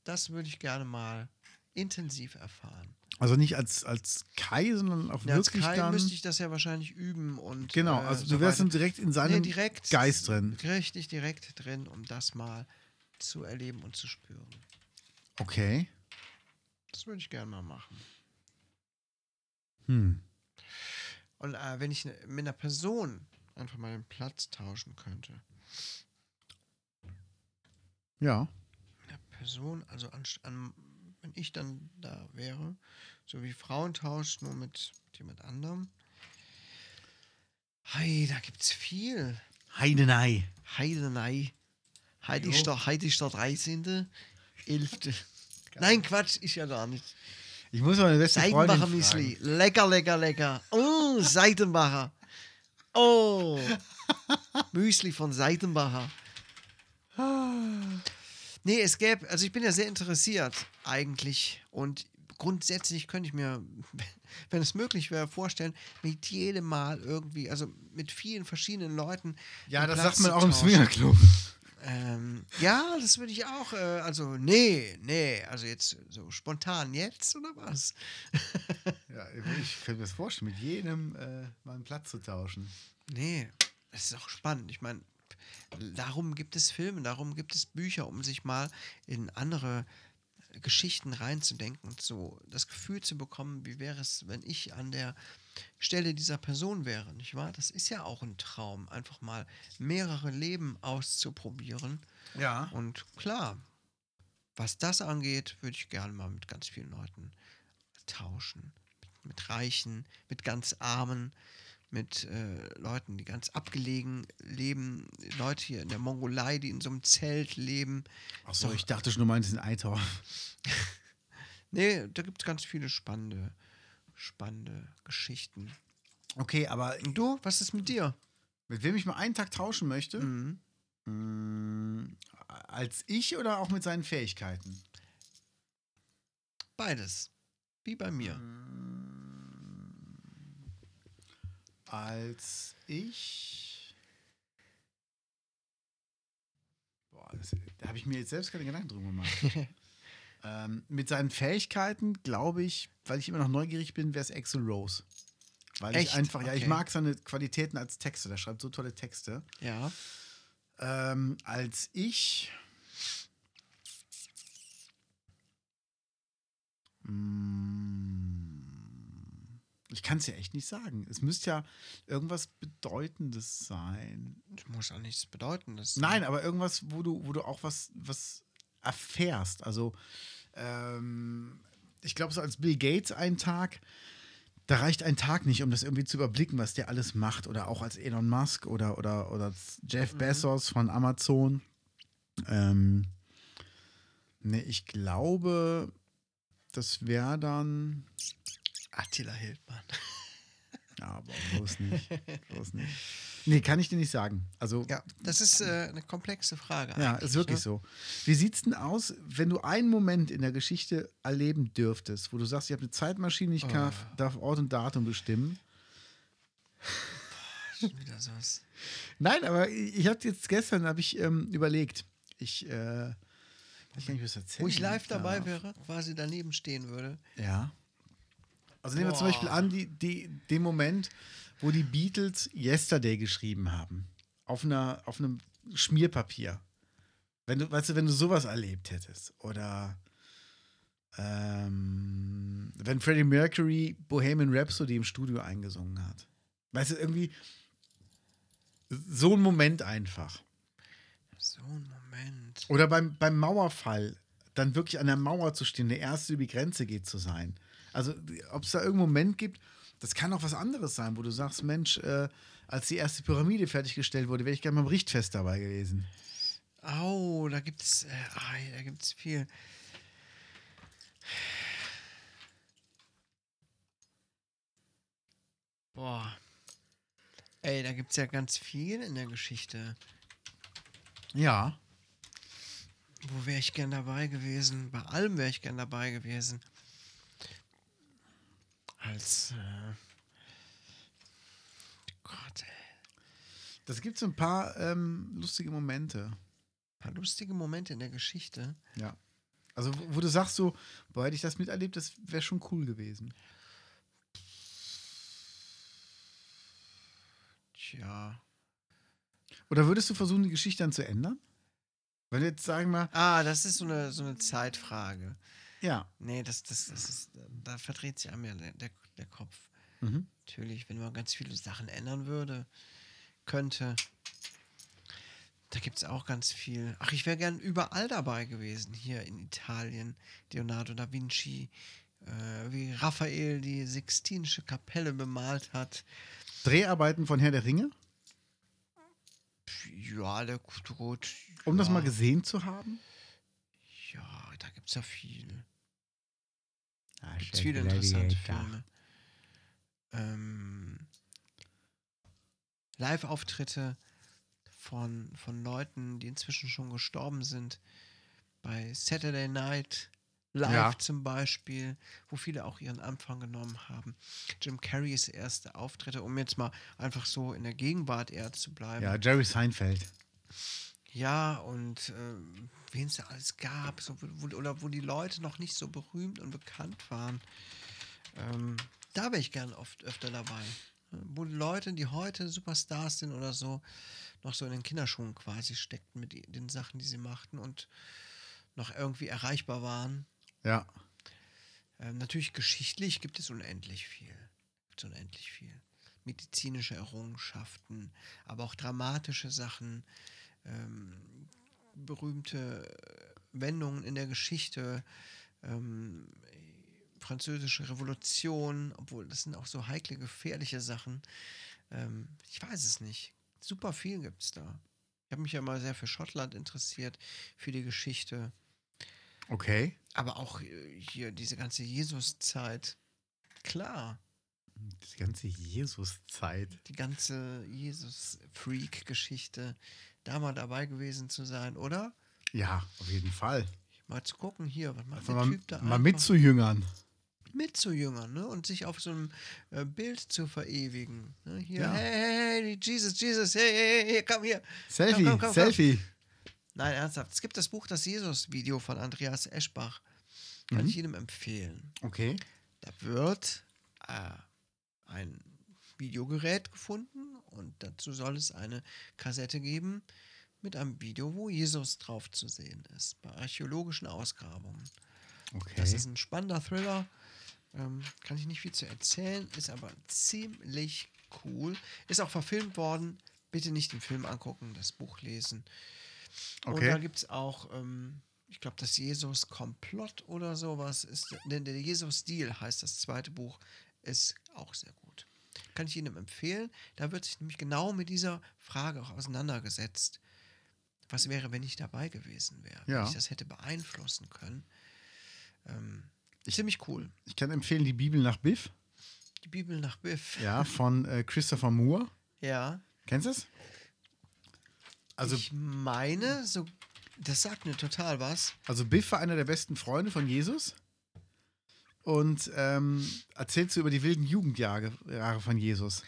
Speaker 1: Das würde ich gerne mal intensiv erfahren.
Speaker 2: Also nicht als, als Kai, sondern auch
Speaker 1: Ja, als
Speaker 2: wirklich
Speaker 1: Kai
Speaker 2: dann.
Speaker 1: müsste ich das ja wahrscheinlich üben und
Speaker 2: genau,
Speaker 1: äh,
Speaker 2: also
Speaker 1: so
Speaker 2: du wärst dann
Speaker 1: weiter.
Speaker 2: direkt in
Speaker 1: nee,
Speaker 2: seinem
Speaker 1: direkt
Speaker 2: Geist drin.
Speaker 1: richtig direkt drin, um das mal zu erleben und zu spüren.
Speaker 2: Okay.
Speaker 1: Das würde ich gerne mal machen.
Speaker 2: Hm.
Speaker 1: Und äh, wenn ich ne, mit einer Person einfach mal den Platz tauschen könnte,
Speaker 2: Ja.
Speaker 1: einer Person, also an, an, wenn ich dann da wäre, so wie Frauentausch, nur mit jemand anderem. Hey, da gibt's viel.
Speaker 2: Heidenei.
Speaker 1: Heidenei. Heidi
Speaker 2: Jo.
Speaker 1: ist der, Heidi ist der 13. 11. Nein, Quatsch, ist ja gar nicht.
Speaker 2: Ich muss meine beste
Speaker 1: Seidenbacher
Speaker 2: Freundin fragen.
Speaker 1: Müsli. Lecker, lecker, lecker. Oh, Seidenbacher. Oh. Müsli von Seidenbacher. Nee, es gäbe, also ich bin ja sehr interessiert eigentlich und grundsätzlich könnte ich mir, wenn es möglich wäre, vorstellen, mit jedem Mal irgendwie, also mit vielen verschiedenen Leuten.
Speaker 2: Ja,
Speaker 1: den
Speaker 2: das
Speaker 1: Platz
Speaker 2: sagt man
Speaker 1: zu
Speaker 2: auch im
Speaker 1: tauschen.
Speaker 2: Swingerclub.
Speaker 1: Ähm, ja, das würde ich auch. Äh, also, nee, nee, also jetzt so spontan jetzt oder was?
Speaker 2: Ja, ich könnte mir das vorstellen, mit jedem äh, mal einen Platz zu tauschen.
Speaker 1: Nee, es ist auch spannend. Ich meine, darum gibt es Filme, darum gibt es Bücher, um sich mal in andere Geschichten reinzudenken und so das Gefühl zu bekommen, wie wäre es, wenn ich an der Stelle dieser Person wäre, nicht wahr? Das ist ja auch ein Traum, einfach mal mehrere Leben auszuprobieren.
Speaker 2: Ja.
Speaker 1: Und klar, was das angeht, würde ich gerne mal mit ganz vielen Leuten tauschen. Mit, mit Reichen, mit ganz Armen, mit äh, Leuten, die ganz abgelegen leben. Leute hier in der Mongolei, die in so einem Zelt leben.
Speaker 2: Achso, ich dachte schon, du meinst den Eitorf.
Speaker 1: Nee, da gibt es ganz viele spannende, spannende Geschichten.
Speaker 2: Okay, aber
Speaker 1: Und du, was ist mit dir?
Speaker 2: mit wem ich mal einen Tag tauschen möchte?
Speaker 1: Mhm.
Speaker 2: Mm, als ich oder auch mit seinen Fähigkeiten?
Speaker 1: Beides. Wie bei mir.
Speaker 2: Mhm. Als ich. Boah, das, da habe ich mir jetzt selbst keine Gedanken drum gemacht. ähm, mit seinen Fähigkeiten, glaube ich, weil ich immer noch neugierig bin, wäre es Axel Rose. Weil ich
Speaker 1: Echt?
Speaker 2: einfach, ja, ich
Speaker 1: Okay.
Speaker 2: mag seine Qualitäten als Texter. Der schreibt so tolle Texte.
Speaker 1: Ja.
Speaker 2: Ähm, als ich. Mm, Ich kann es ja echt nicht sagen. Es müsste ja irgendwas Bedeutendes sein.
Speaker 1: Das muss auch nichts bedeuten. Das
Speaker 2: Nein, aber irgendwas, wo du, wo du auch was, was erfährst. Also, ähm, ich glaube, so als Bill Gates einen Tag, da reicht ein Tag nicht, um das irgendwie zu überblicken, was der alles macht. Oder auch als Elon Musk oder, oder, oder als Jeff Bezos von Amazon. Ähm, nee, ich glaube, das wäre dann.
Speaker 1: Attila Hildmann.
Speaker 2: Ja, aber bloß nicht. Bloß nicht. Nee, kann ich dir nicht sagen. Also, ja,
Speaker 1: Ja, das ist äh, eine komplexe Frage.
Speaker 2: ist
Speaker 1: ne?
Speaker 2: wirklich so. Wie sieht's denn aus, wenn du einen Moment in der Geschichte erleben dürftest, wo du sagst, ich habe eine Zeitmaschine, ich kann,
Speaker 1: Ah.
Speaker 2: darf Ort und Datum bestimmen?
Speaker 1: so. Wieder sowas.
Speaker 2: Nein, aber ich ich habe jetzt gestern habe ich ähm, überlegt, ich, äh, ich kann nicht was erzählen.
Speaker 1: Wo ich live dabei
Speaker 2: Ja.
Speaker 1: wäre, quasi daneben stehen würde.
Speaker 2: Ja. Also nehmen wir zum
Speaker 1: Boah.
Speaker 2: Beispiel an, die, die, den Moment, wo die Beatles Yesterday geschrieben haben. Auf, einer, auf einem Schmierpapier. Wenn du, weißt du, wenn du sowas erlebt hättest. Oder ähm, wenn Freddie Mercury Bohemian Rhapsody im Studio eingesungen hat. Weißt du, irgendwie so ein Moment einfach.
Speaker 1: So ein Moment.
Speaker 2: Oder beim, beim Mauerfall, dann wirklich an der Mauer zu stehen, der Erste über die Grenze geht zu sein. Also, ob es da irgendeinen Moment gibt, das kann auch was anderes sein, wo du sagst, Mensch, äh, als die erste Pyramide fertiggestellt wurde, wäre ich gerne beim Richtfest dabei gewesen.
Speaker 1: Au, da gibt es äh, ei, da gibt's viel. Boah. Ey, da gibt es ja ganz viel in der Geschichte.
Speaker 2: Ja.
Speaker 1: Wo wäre ich gern dabei gewesen? Bei allem wäre ich gern dabei gewesen. Als. Äh, Gott, ey.
Speaker 2: Das gibt so ein paar ähm, lustige Momente.
Speaker 1: Ein paar lustige Momente in der Geschichte.
Speaker 2: Ja. Also, wo, wo du sagst so, boah, hätte ich das miterlebt, das wäre schon cool gewesen.
Speaker 1: Tja.
Speaker 2: Oder würdest du versuchen, die Geschichte dann zu ändern? Weil jetzt sagen wir,
Speaker 1: Ah, das ist so eine, so eine Zeitfrage.
Speaker 2: ja.
Speaker 1: Nee, das, das, das ist, da verdreht sich einem ja der, der, der Kopf.
Speaker 2: Mhm.
Speaker 1: Natürlich, wenn man ganz viele Sachen ändern würde, könnte. Da gibt es auch ganz viel. Ach, ich wäre gern überall dabei gewesen, hier in Italien. Leonardo da Vinci, äh, wie Raphael die Sixtinische Kapelle bemalt hat.
Speaker 2: Dreharbeiten von Herr der Ringe,
Speaker 1: Pf, Ja, der Kutrot.
Speaker 2: um
Speaker 1: ja.
Speaker 2: das mal gesehen zu haben?
Speaker 1: Ja, da gibt es ja viel.
Speaker 2: Ah,
Speaker 1: Gibt viele interessante Filme. Ähm, Live-Auftritte von, von Leuten, die inzwischen schon gestorben sind. Bei Saturday Night Live
Speaker 2: Ja.
Speaker 1: zum Beispiel, wo viele auch ihren Anfang genommen haben. Jim Carreys erste Auftritte, um jetzt mal einfach so in der Gegenwart eher zu bleiben.
Speaker 2: Ja, Jerry Seinfeld.
Speaker 1: Ja, und ähm, wen es da alles gab, so, wo, oder wo die Leute noch nicht so berühmt und bekannt waren. Ähm, da wäre ich gern oft öfter dabei. Wo die Leute, die heute Superstars sind oder so, noch so in den Kinderschuhen quasi steckten mit i- den Sachen, die sie machten und noch irgendwie erreichbar waren.
Speaker 2: Ja.
Speaker 1: Ähm, natürlich geschichtlich gibt es unendlich viel. Gibt es unendlich viel. Medizinische Errungenschaften, aber auch dramatische Sachen, ähm, berühmte äh, Wendungen in der Geschichte, ähm, französische Revolution, obwohl das sind auch so heikle, gefährliche Sachen. Ähm, ich weiß es nicht. Super viel gibt es da. Ich habe mich ja mal sehr für Schottland interessiert, für die Geschichte.
Speaker 2: Okay.
Speaker 1: Aber auch äh, hier diese ganze Jesus-Zeit. Klar,
Speaker 2: Die ganze Jesus-Zeit.
Speaker 1: die ganze Jesus-Freak-Geschichte. Da mal dabei gewesen zu sein, oder?
Speaker 2: Ja, auf jeden Fall.
Speaker 1: Mal zu gucken hier, was macht
Speaker 2: Also
Speaker 1: der
Speaker 2: mal,
Speaker 1: Typ da
Speaker 2: mal
Speaker 1: einfach?
Speaker 2: mitzujüngern.
Speaker 1: mitzujüngern ne? und sich auf so einem äh, Bild zu verewigen. Ne? Hier,
Speaker 2: Ja.
Speaker 1: hey, hey, hey, Jesus, Jesus, hey, hey, hey, komm hier.
Speaker 2: Selfie,
Speaker 1: komm, komm,
Speaker 2: Selfie.
Speaker 1: Nein, ernsthaft. Es gibt das Buch Das Jesus-Video von Andreas Eschbach. Kann
Speaker 2: Mhm.
Speaker 1: ich jedem empfehlen.
Speaker 2: Okay.
Speaker 1: Da wird äh, ein Videogerät gefunden und dazu soll es eine Kassette geben mit einem Video, wo Jesus drauf zu sehen ist, bei archäologischen Ausgrabungen.
Speaker 2: Okay.
Speaker 1: Das ist ein spannender Thriller. Ähm, kann ich nicht viel zu erzählen, ist aber ziemlich cool. Ist auch verfilmt worden. Bitte nicht den Film angucken, das Buch lesen. Und
Speaker 2: Okay.
Speaker 1: da gibt es auch, ähm, ich glaube, das Jesus-Komplott oder sowas ist, denn der Jesus-Deal heißt das zweite Buch, ist auch sehr gut. Kann ich jedem empfehlen. Da wird sich nämlich genau mit dieser Frage auch auseinandergesetzt. Was wäre, wenn ich dabei gewesen wäre?
Speaker 2: Ja.
Speaker 1: Wenn ich das hätte beeinflussen können. Ähm, ziemlich cool.
Speaker 2: ich kann empfehlen die Bibel nach Biff.
Speaker 1: Die Bibel nach Biff.
Speaker 2: Ja, von äh, Christopher Moore.
Speaker 1: Ja.
Speaker 2: Kennst du es? Also,
Speaker 1: ich meine, so, das sagt mir total was.
Speaker 2: also Biff war einer der besten Freunde von Jesus und ähm, erzählt so über die wilden Jugendjahre Jahre von Jesus.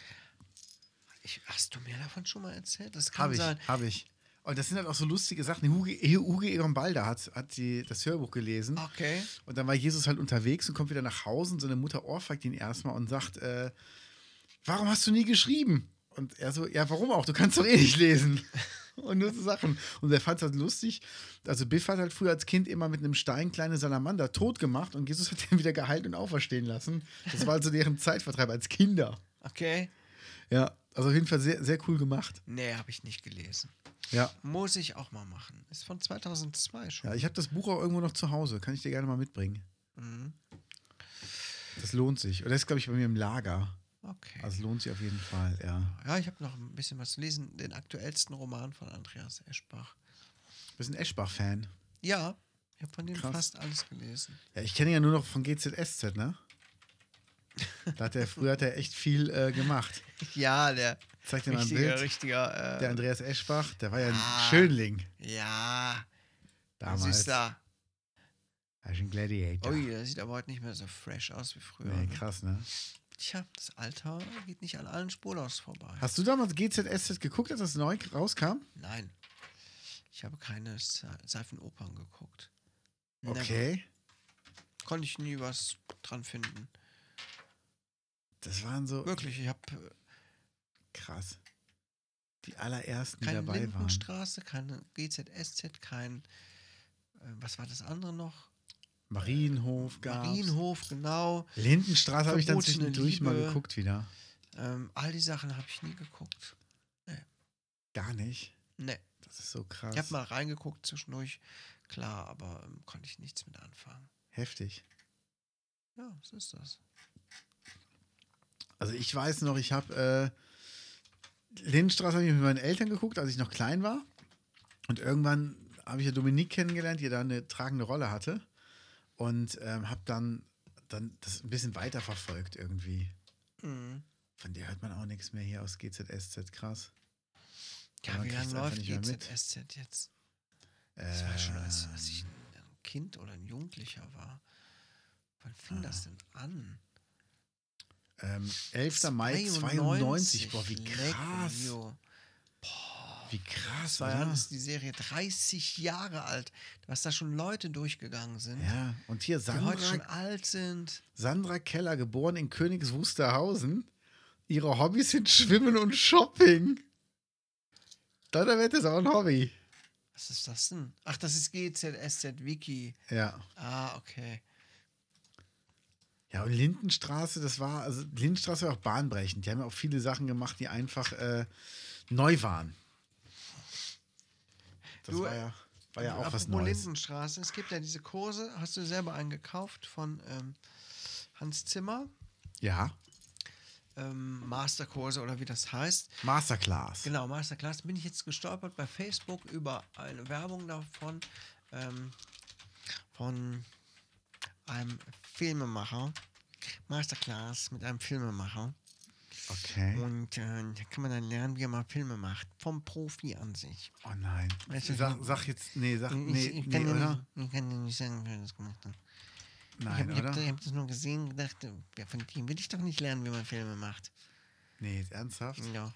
Speaker 1: Ich, hast du mir davon schon mal erzählt? Das kann
Speaker 2: Habe ich,
Speaker 1: sein.
Speaker 2: habe ich. Und das sind halt auch so lustige Sachen. Huge, Huge Egon Balder hat, hat die, das Hörbuch gelesen.
Speaker 1: Okay.
Speaker 2: Und dann war Jesus halt unterwegs und kommt wieder nach Hause und seine Mutter ohrfeigt ihn erstmal und sagt, äh, warum hast du nie geschrieben? Und er so, ja, warum auch? Du kannst doch eh nicht lesen. Und nur so Sachen. Und er fand das lustig. Also Biff hat halt früher als Kind immer mit einem Stein kleine Salamander tot gemacht und Jesus hat den wieder geheilt und auferstehen lassen. Das war also deren Zeitvertreib als Kinder.
Speaker 1: Okay.
Speaker 2: Ja, also auf jeden Fall sehr, sehr cool gemacht.
Speaker 1: Nee, habe ich nicht gelesen.
Speaker 2: Ja.
Speaker 1: Muss ich auch mal machen. Ist von 2002 schon.
Speaker 2: Ja, ich habe das Buch auch irgendwo noch zu Hause. Kann ich dir gerne mal mitbringen.
Speaker 1: Mhm.
Speaker 2: Das lohnt sich. Oder das ist, glaube ich, bei mir im Lager.
Speaker 1: Okay.
Speaker 2: Also es lohnt sich auf jeden Fall, ja.
Speaker 1: ja, ich habe noch ein bisschen was zu lesen. Den aktuellsten Roman von Andreas Eschbach.
Speaker 2: Bist ein Eschbach-Fan.
Speaker 1: Ja, ich habe von dem
Speaker 2: Krass.
Speaker 1: fast alles gelesen.
Speaker 2: Ja, ich kenne ihn ja nur noch von GZSZ, ne? Da hat er, früher hat er echt viel äh, gemacht.
Speaker 1: Ja, der
Speaker 2: Zeig dir mal ein
Speaker 1: richtiger,
Speaker 2: Bild.
Speaker 1: richtiger. Äh,
Speaker 2: Der Andreas Eschbach, der war ja ein
Speaker 1: Ah.
Speaker 2: Schönling
Speaker 1: ja,
Speaker 2: damals.
Speaker 1: süßer.
Speaker 2: Er ist ein Gladiator.
Speaker 1: Ui, der sieht aber heute nicht mehr so fresh aus wie früher.
Speaker 2: Nee,
Speaker 1: ne?
Speaker 2: krass, ne?
Speaker 1: Tja, das Alter geht nicht an allen Spurlaus vorbei.
Speaker 2: Hast du damals GZSZ geguckt, als das neu rauskam?
Speaker 1: Nein. Ich habe keine Se- Seifenopern geguckt. Never.
Speaker 2: Okay.
Speaker 1: Konnte ich nie was dran finden.
Speaker 2: Das waren so
Speaker 1: Wirklich, ich äh, habe
Speaker 2: krass. Die allerersten, die
Speaker 1: keine
Speaker 2: dabei waren.
Speaker 1: Lindenstraße, keine GZSZ, kein. Äh, was war das andere noch?
Speaker 2: Marienhof gab's.
Speaker 1: Marienhof, genau.
Speaker 2: Lindenstraße habe ich dann
Speaker 1: Verbotene
Speaker 2: zwischendurch mal
Speaker 1: Liebe.
Speaker 2: geguckt wieder.
Speaker 1: Ähm, all die Sachen habe ich nie geguckt.
Speaker 2: Gar nicht.
Speaker 1: Nee.
Speaker 2: Das ist so krass.
Speaker 1: Ich habe mal reingeguckt zwischendurch, klar, aber ähm, konnte ich nichts mit anfangen.
Speaker 2: Heftig.
Speaker 1: Ja, was ist das?
Speaker 2: Also ich weiß noch, ich habe äh, Lindenstraße habe ich mit meinen Eltern geguckt, als ich noch klein war. Und irgendwann habe ich ja Dominique kennengelernt, die da eine tragende Rolle hatte. Und ähm, habe dann, dann das ein bisschen weiter verfolgt irgendwie.
Speaker 1: Mhm.
Speaker 2: Von der hört man auch nichts mehr hier aus GZSZ, krass.
Speaker 1: Ja,
Speaker 2: Aber
Speaker 1: wie lange
Speaker 2: kriegst einfach
Speaker 1: läuft
Speaker 2: nicht mehr mit.
Speaker 1: GZSZ jetzt? Das war schon, als, als ich ein Kind oder ein Jugendlicher war. Wann fing das
Speaker 2: Ah.
Speaker 1: denn an?
Speaker 2: Ähm, 11. Mai 92, boah, wie krass.
Speaker 1: Leckio.
Speaker 2: Wie krass,
Speaker 1: Da
Speaker 2: oder?
Speaker 1: ist die Serie 30 Jahre alt, was da schon Leute durchgegangen sind,
Speaker 2: Ja, und hier
Speaker 1: die heute schon
Speaker 2: Sandra,
Speaker 1: alt sind.
Speaker 2: Sandra Keller, geboren in Königs Wusterhausen. Ihre Hobbys sind Schwimmen und Shopping. Donnerwetter ist auch ein Hobby.
Speaker 1: Was ist das denn? Ach, das ist GZSZ Wiki.
Speaker 2: Ja.
Speaker 1: Ah, okay.
Speaker 2: Ja, und Lindenstraße, das war, also Lindenstraße war auch bahnbrechend. Die haben ja auch viele Sachen gemacht, die einfach äh, neu waren. Das
Speaker 1: Du,
Speaker 2: war ja, war ja auch
Speaker 1: Apropos
Speaker 2: was Neues.
Speaker 1: Lindenstraße. Es gibt ja diese Kurse, hast du selber einen gekauft von ähm, Hans Zimmer,
Speaker 2: Ja,
Speaker 1: ähm, Masterkurse oder wie das heißt.
Speaker 2: Masterclass.
Speaker 1: Genau, Masterclass. Bin ich jetzt gestolpert bei Facebook über eine Werbung davon ähm, von einem Filmemacher. Masterclass mit einem Filmemacher.
Speaker 2: Okay.
Speaker 1: Und äh, da kann man dann lernen, wie man Filme macht. Vom Profi an sich.
Speaker 2: Oh nein.
Speaker 1: Weißt du,
Speaker 2: Sag, sag jetzt, nee, sag,
Speaker 1: ich,
Speaker 2: nee,
Speaker 1: ich,
Speaker 2: nee,
Speaker 1: kann dir
Speaker 2: oder?
Speaker 1: nicht, ich kann dir nicht sagen, wer das gemacht hat.
Speaker 2: Nein,
Speaker 1: ich habe
Speaker 2: oder?
Speaker 1: hab, ich hab das nur gesehen und gedacht, äh, ja, von dem will ich doch nicht lernen, wie man Filme macht.
Speaker 2: Nee, jetzt ernsthaft?
Speaker 1: Ja,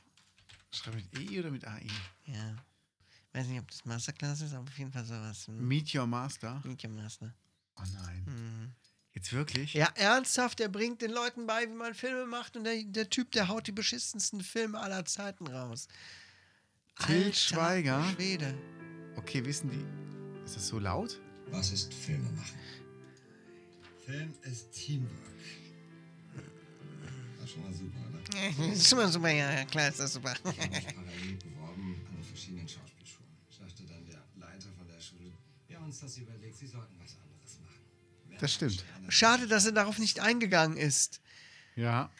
Speaker 2: Schreib mit EI oder mit AI?
Speaker 1: ja. Weiß nicht, ob das Masterclass ist, aber auf jeden Fall sowas. ne? Hm.
Speaker 2: Meet Your Master?
Speaker 1: Medium Master.
Speaker 2: Oh nein.
Speaker 1: Mhm.
Speaker 2: Jetzt wirklich?
Speaker 1: Ja, ernsthaft, der bringt den Leuten bei, wie man Filme macht und der, der Typ, der haut die beschissensten Filme aller Zeiten raus.
Speaker 2: Til
Speaker 1: Alter
Speaker 2: Schweiger?
Speaker 1: Schwede.
Speaker 2: Okay, wissen die. Ist das so laut?
Speaker 3: Was ist Filme machen? Film ist Teamwork. War schon mal super, ne?
Speaker 1: ist schon mal super, ja, ja, klar ist das super.
Speaker 3: Ich habe mich parallel beworben an verschiedenen Schauspielschulen. Sagte dann der Leiter von der Schule, wir haben uns das überlegt, Sie sollten was anderes machen. Mehr
Speaker 2: Das stimmt.
Speaker 3: Sterne-
Speaker 1: Schade, dass er darauf nicht eingegangen ist.
Speaker 2: Ja.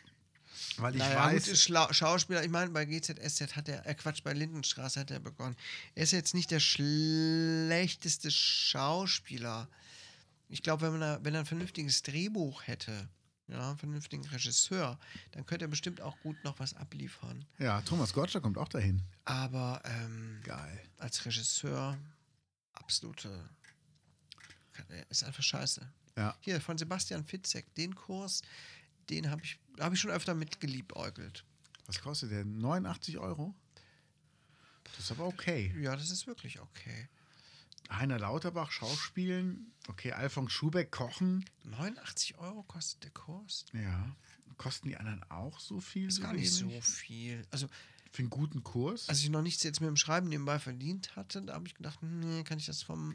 Speaker 2: Weil ich
Speaker 1: Naja,
Speaker 2: weiß.
Speaker 1: gut, ist Schla Schauspieler, ich meine, bei GZSZ hat er, äh Quatsch, bei Lindenstraße hat er begonnen. Er ist jetzt nicht der schlechteste Schauspieler. Ich glaube, wenn, man da- wenn er ein vernünftiges Drehbuch hätte, ja, einen vernünftigen Regisseur, dann könnte er bestimmt auch gut noch was abliefern.
Speaker 2: Ja, Thomas Gottschalk kommt auch dahin.
Speaker 1: Aber ähm,
Speaker 2: Geil.
Speaker 1: als Regisseur absolute ist einfach scheiße.
Speaker 2: Ja.
Speaker 1: Hier von Sebastian Fitzek, den Kurs, den habe ich, da habe ich schon öfter mit geliebäugelt.
Speaker 2: Was kostet der? 89 Euro? Das ist aber okay.
Speaker 1: Ja, das ist wirklich okay.
Speaker 2: Heiner Lauterbach schauspielen. Okay, Alfons Schubeck kochen.
Speaker 1: 89 Euro kostet der Kurs.
Speaker 2: Ja. Kosten die anderen auch so viel?
Speaker 1: Ist
Speaker 2: so
Speaker 1: gar nicht so
Speaker 2: wenig?
Speaker 1: viel. Also,
Speaker 2: Für einen guten Kurs?
Speaker 1: als ich noch nichts jetzt mit dem Schreiben nebenbei verdient hatte, da habe ich gedacht, nee, kann ich das vom,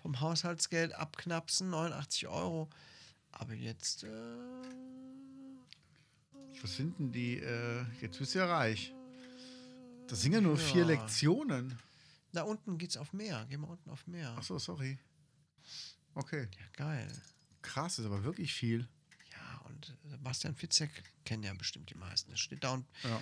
Speaker 1: vom Haushaltsgeld abknapsen, 89 Euro. Aber jetzt, äh,
Speaker 2: Was sind denn die? Äh, jetzt bist du ja reich. Das sind ja nur vier
Speaker 1: Ja.
Speaker 2: Lektionen.
Speaker 1: da unten geht's auf Meer. Gehen wir unten auf Meer.
Speaker 2: Ach so, sorry. Okay.
Speaker 1: Ja, geil.
Speaker 2: Krass, ist aber wirklich viel.
Speaker 1: Ja, und Sebastian Fitzek kennen ja bestimmt die meisten. Es steht da und
Speaker 2: Ja.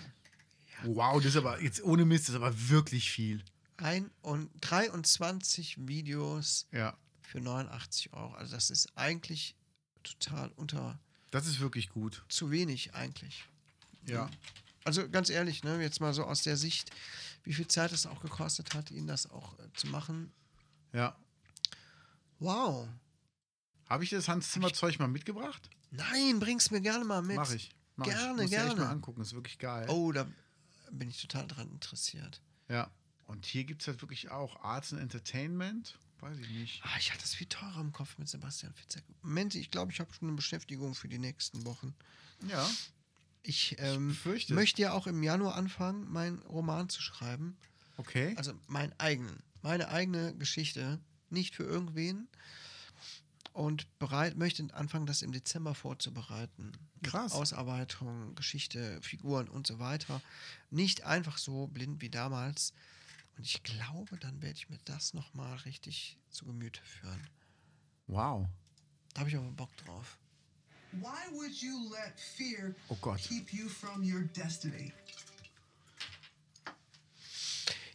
Speaker 2: Wow, das ist aber jetzt ohne Mist, das ist aber wirklich viel.
Speaker 1: ein und 23 Videos
Speaker 2: Ja.
Speaker 1: für 89 Euro. Also das ist eigentlich total unter
Speaker 2: Das ist wirklich gut.
Speaker 1: zu wenig eigentlich.
Speaker 2: Ja.
Speaker 1: Also ganz ehrlich, ne, jetzt mal so aus der Sicht, wie viel Zeit es auch gekostet hat, ihn das auch äh, zu machen.
Speaker 2: Ja.
Speaker 1: Wow.
Speaker 2: Habe ich das Hans Zimmer Zeug mal mitgebracht?
Speaker 1: Nein, bring's mir gerne mal mit.
Speaker 2: Mach ich. Mach
Speaker 1: Gerne,
Speaker 2: ich. Muss Ich
Speaker 1: gerne.
Speaker 2: mal angucken, ist wirklich geil.
Speaker 1: Oh, da bin ich total dran interessiert.
Speaker 2: Ja. Und hier gibt es halt wirklich auch Arts and Entertainment. Weiß ich nicht.
Speaker 1: Ah, ich hatte es viel teurer im Kopf mit Sebastian Fitzek. Moment, ich glaube, ich habe schon eine Beschäftigung für die nächsten Wochen.
Speaker 2: Ja.
Speaker 1: Ich, ähm,
Speaker 2: befürchte es.
Speaker 1: möchte ja auch im Januar anfangen, meinen Roman zu schreiben.
Speaker 2: Okay.
Speaker 1: Also meinen eigenen. Meine eigene Geschichte. Nicht für irgendwen. Und bereit, möchte anfangen, das im Dezember vorzubereiten. Mit
Speaker 2: Krass.
Speaker 1: Ausarbeitung, Geschichte, Figuren und so weiter. Nicht einfach so blind wie damals. Und ich glaube, dann werde ich mir das nochmal richtig zu Gemüte führen.
Speaker 2: Wow.
Speaker 1: Da habe ich aber Bock drauf.
Speaker 4: Why would you let fear
Speaker 2: Oh Gott.
Speaker 4: keep you from your destiny?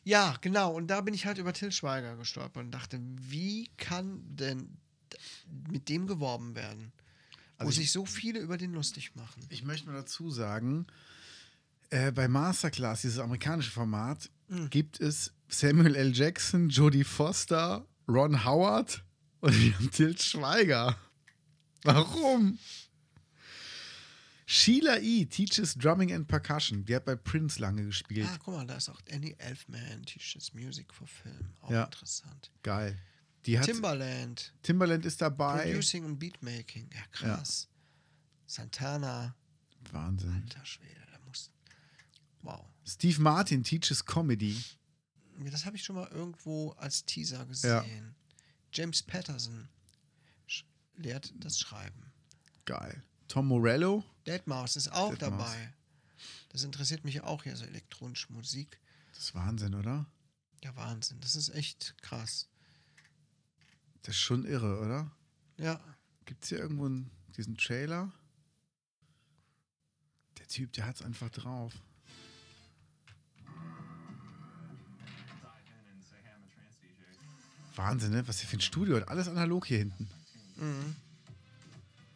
Speaker 1: Ja, genau. Und da bin ich halt über Till Schweiger gestolpert und dachte, wie kann denn d- mit dem geworben werden? Wo
Speaker 2: Also ich-
Speaker 1: sich so viele über den lustig machen.
Speaker 2: Ich möchte mal dazu sagen, äh, bei Masterclass, dieses amerikanische Format, gibt es Samuel L. Jackson, Jodie Foster, Ron Howard und wir haben Tilt Schweiger. Warum? Sheila E. teaches Drumming and Percussion. Die hat bei Prince lange gespielt.
Speaker 1: Ah, guck mal, da ist auch Annie Elfman, Teaches Music for Film. Auch
Speaker 2: Ja.
Speaker 1: interessant.
Speaker 2: Geil. Die hat,
Speaker 1: Timbaland,
Speaker 2: Timberland ist dabei.
Speaker 1: Producing und Beatmaking. Ja, krass. Santana,
Speaker 2: Wahnsinn.
Speaker 1: alter Schwede, da muss. Wow.
Speaker 2: Steve Martin teaches Comedy.
Speaker 1: Ja, Das habe ich schon mal irgendwo als Teaser gesehen. James Patterson sch- lehrt das Schreiben.
Speaker 2: Geil. Tom Morello.
Speaker 1: Deadmau5 ist auch
Speaker 2: Deadmau5.
Speaker 1: dabei. Das interessiert mich auch hier, so elektronische Musik.
Speaker 2: Das ist Wahnsinn, oder?
Speaker 1: Ja, Wahnsinn. Das ist echt krass.
Speaker 2: Das ist schon irre, oder?
Speaker 1: Ja.
Speaker 2: Gibt es hier irgendwo einen, diesen Trailer? Der Typ, der hat's einfach drauf. Wahnsinn, ne? Was hier für ein Studio hat. Alles analog hier hinten.
Speaker 1: Mhm.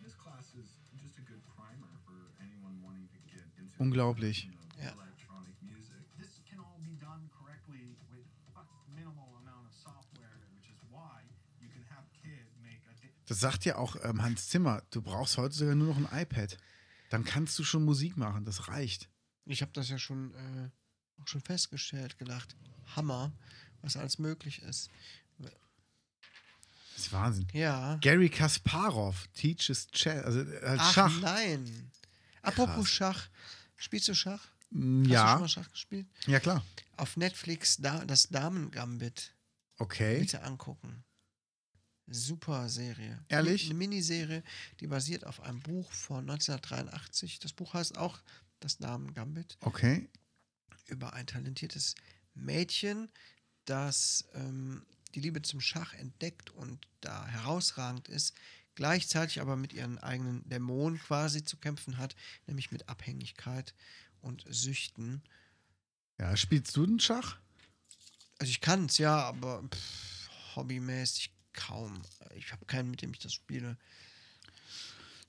Speaker 5: This class is just a good primer for anyone wanting to get into
Speaker 2: Unglaublich.
Speaker 5: you know,
Speaker 1: Yeah.
Speaker 5: electronic music. This can all be done correctly with a minimal amount of software, which is why you can have kid make a di-
Speaker 2: Das sagt ja auch ähm, Hans Zimmer. Du brauchst heute sogar nur noch ein iPad. Dann kannst du schon Musik machen. Das reicht.
Speaker 1: Ich habe das ja schon, äh, auch schon festgestellt, gedacht. Hammer, was alles möglich ist.
Speaker 2: Das ist Wahnsinn.
Speaker 1: Ja.
Speaker 2: Gary Kasparov teaches Chess, also äh,
Speaker 1: Ach
Speaker 2: Schach.
Speaker 1: nein. Apropos
Speaker 2: Krass.
Speaker 1: Schach. Spielst du Schach?
Speaker 2: Mm,
Speaker 1: Hast du schon
Speaker 2: Ja,
Speaker 1: mal Schach gespielt?
Speaker 2: ja klar.
Speaker 1: Auf Netflix da, das Damen-Gambit.
Speaker 2: Okay.
Speaker 1: Bitte angucken. Super Serie.
Speaker 2: Ehrlich?
Speaker 1: Eine Miniserie, die basiert auf einem Buch von 1983. Das Buch heißt auch Das Namen Gambit
Speaker 2: Okay.
Speaker 1: über ein talentiertes Mädchen, das ähm, die Liebe zum Schach entdeckt und da herausragend ist, gleichzeitig aber mit ihren eigenen Dämonen quasi zu kämpfen hat, nämlich mit Abhängigkeit und Süchten.
Speaker 2: Ja, spielst du den Schach?
Speaker 1: Also ich kann es ja, aber pff, hobbymäßig kaum. Ich habe keinen, mit dem ich das spiele.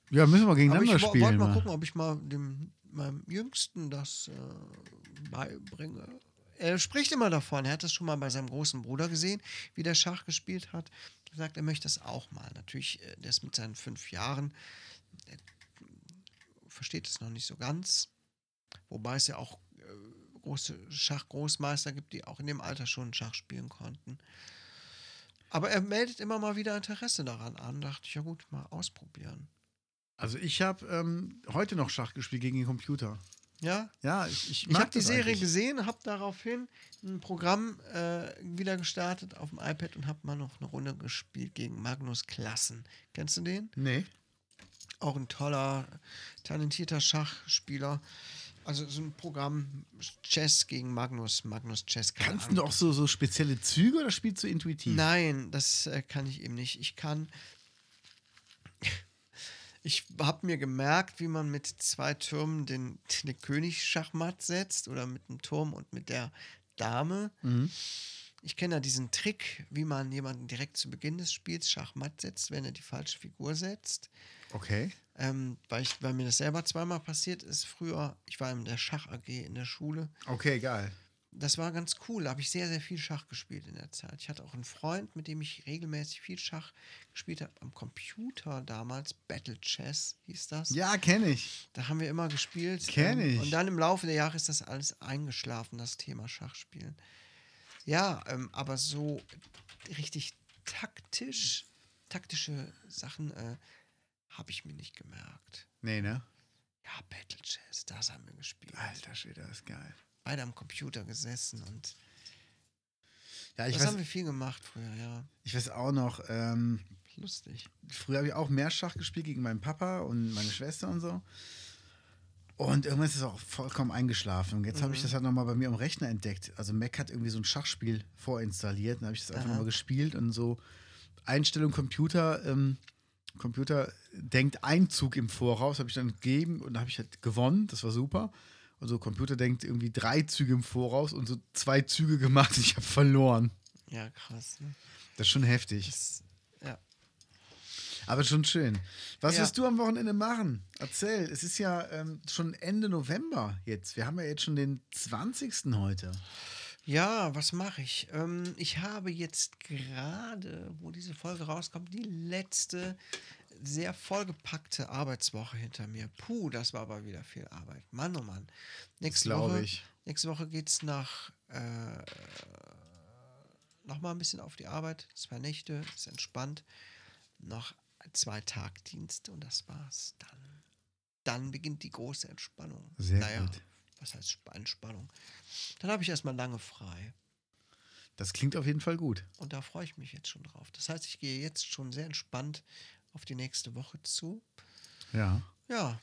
Speaker 2: Ja, müssen wir
Speaker 1: Aber ich
Speaker 2: gegeneinander
Speaker 1: wo- wollte
Speaker 2: spielen.
Speaker 1: mal
Speaker 2: Mal.
Speaker 1: gucken, ob ich mal dem, meinem Jüngsten das äh, beibringe. Er spricht immer davon, er hat das schon mal bei seinem großen Bruder gesehen, wie der Schach gespielt hat. Er sagt, er möchte das auch mal. Natürlich, äh, der ist mit seinen fünf Jahren, er versteht es noch nicht so ganz. Wobei es ja auch äh, große Schachgroßmeister gibt, die auch in dem Alter schon Schach spielen konnten. Aber er meldet immer mal wieder Interesse daran an. Dachte ich, ja gut, mal ausprobieren.
Speaker 2: Also ich habe ähm, heute noch Schach gespielt gegen den Computer.
Speaker 1: Ja,
Speaker 2: Ja, ich, ich,
Speaker 1: Ich
Speaker 2: mag
Speaker 1: habe die
Speaker 2: das
Speaker 1: Serie
Speaker 2: eigentlich.
Speaker 1: gesehen, habe daraufhin ein Programm äh, wieder gestartet auf dem iPad und habe mal noch eine Runde gespielt gegen Magnus Klassen. Kennst du den?
Speaker 2: Nee.
Speaker 1: Auch ein toller, talentierter Schachspieler. Also so ein Programm Chess gegen Magnus, Magnus Chess. keine
Speaker 2: Kannst
Speaker 1: Ahnung.
Speaker 2: du auch so, so spezielle Züge oder spielst du intuitiv?
Speaker 1: Nein, das äh, kann ich eben nicht. Ich kann. Ich habe mir gemerkt, wie man mit zwei Türmen den, den König schachmatt setzt oder mit einem Turm und mit der Dame. Ich kenne ja diesen Trick, wie man jemanden direkt zu Beginn des Spiels schachmatt setzt, wenn er die falsche Figur setzt.
Speaker 2: Okay.
Speaker 1: Ähm, weil, ich, weil mir das selber zweimal passiert ist früher. Ich war in der Schach AG in der Schule
Speaker 2: Okay, geil.
Speaker 1: das war ganz cool. Da habe ich sehr, sehr viel Schach gespielt in der Zeit. Ich hatte auch einen Freund, mit dem ich regelmäßig viel Schach gespielt habe am Computer damals. Battle Chess hieß das.
Speaker 2: Ja, kenne ich.
Speaker 1: Da haben wir immer gespielt.
Speaker 2: Kenn
Speaker 1: ähm,
Speaker 2: ich.
Speaker 1: Und dann im Laufe der Jahre ist das alles eingeschlafen, das Thema Schachspielen. Ja, ähm, aber so richtig taktisch, taktische Sachen äh, habe ich mir nicht gemerkt.
Speaker 2: Nee, ne?
Speaker 1: Ja, Battle Chess, das haben wir gespielt.
Speaker 2: Alter Schwede, das ist geil.
Speaker 1: Beide am Computer gesessen und
Speaker 2: Ja, ich
Speaker 1: das haben
Speaker 2: weiß,
Speaker 1: wir viel gemacht früher, ja.
Speaker 2: ich weiß auch noch, ähm,
Speaker 1: Lustig.
Speaker 2: früher habe ich auch mehr Schach gespielt gegen meinen Papa und meine Schwester und so. Und irgendwann ist es auch vollkommen eingeschlafen. Und jetzt habe ich das halt nochmal bei mir am Rechner entdeckt. Also Mac hat irgendwie so ein Schachspiel vorinstalliert. Dann habe ich das einfach
Speaker 1: Aha.
Speaker 2: nochmal gespielt und so Einstellung Computer, ähm, Computer denkt Einzug im Voraus, habe ich dann gegeben und habe ich halt gewonnen. Das war super. Und so Computer denkt irgendwie drei Züge im Voraus und so zwei Züge gemacht und ich habe verloren.
Speaker 1: Ja, krass. Ne?
Speaker 2: Das ist schon heftig.
Speaker 1: Das, ja.
Speaker 2: Aber schon schön. Was
Speaker 1: Ja.
Speaker 2: wirst du am Wochenende machen? Erzähl, es ist ja ähm, schon Ende November jetzt. Wir haben ja jetzt schon den 20. heute.
Speaker 1: ja, was mache ich? Ähm, ich habe jetzt gerade, wo diese Folge rauskommt, die letzte sehr vollgepackte Arbeitswoche hinter mir. Puh, das war aber wieder viel Arbeit. Mann, oh Mann. Nächste
Speaker 2: glaub
Speaker 1: Woche,
Speaker 2: ich.
Speaker 1: Nächste Woche geht es nach äh, nochmal ein bisschen auf die Arbeit. Zwei Nächte, ist entspannt. Noch zwei Tagdienste und das war's dann. Dann beginnt die große Entspannung.
Speaker 2: Sehr gut.
Speaker 1: Was heißt Sp- Entspannung? Dann habe ich erstmal lange frei.
Speaker 2: Das klingt auf jeden Fall gut.
Speaker 1: Und da freue ich mich jetzt schon drauf. Das heißt, ich gehe jetzt schon sehr entspannt auf die nächste Woche zu.
Speaker 2: Ja.
Speaker 1: Ja.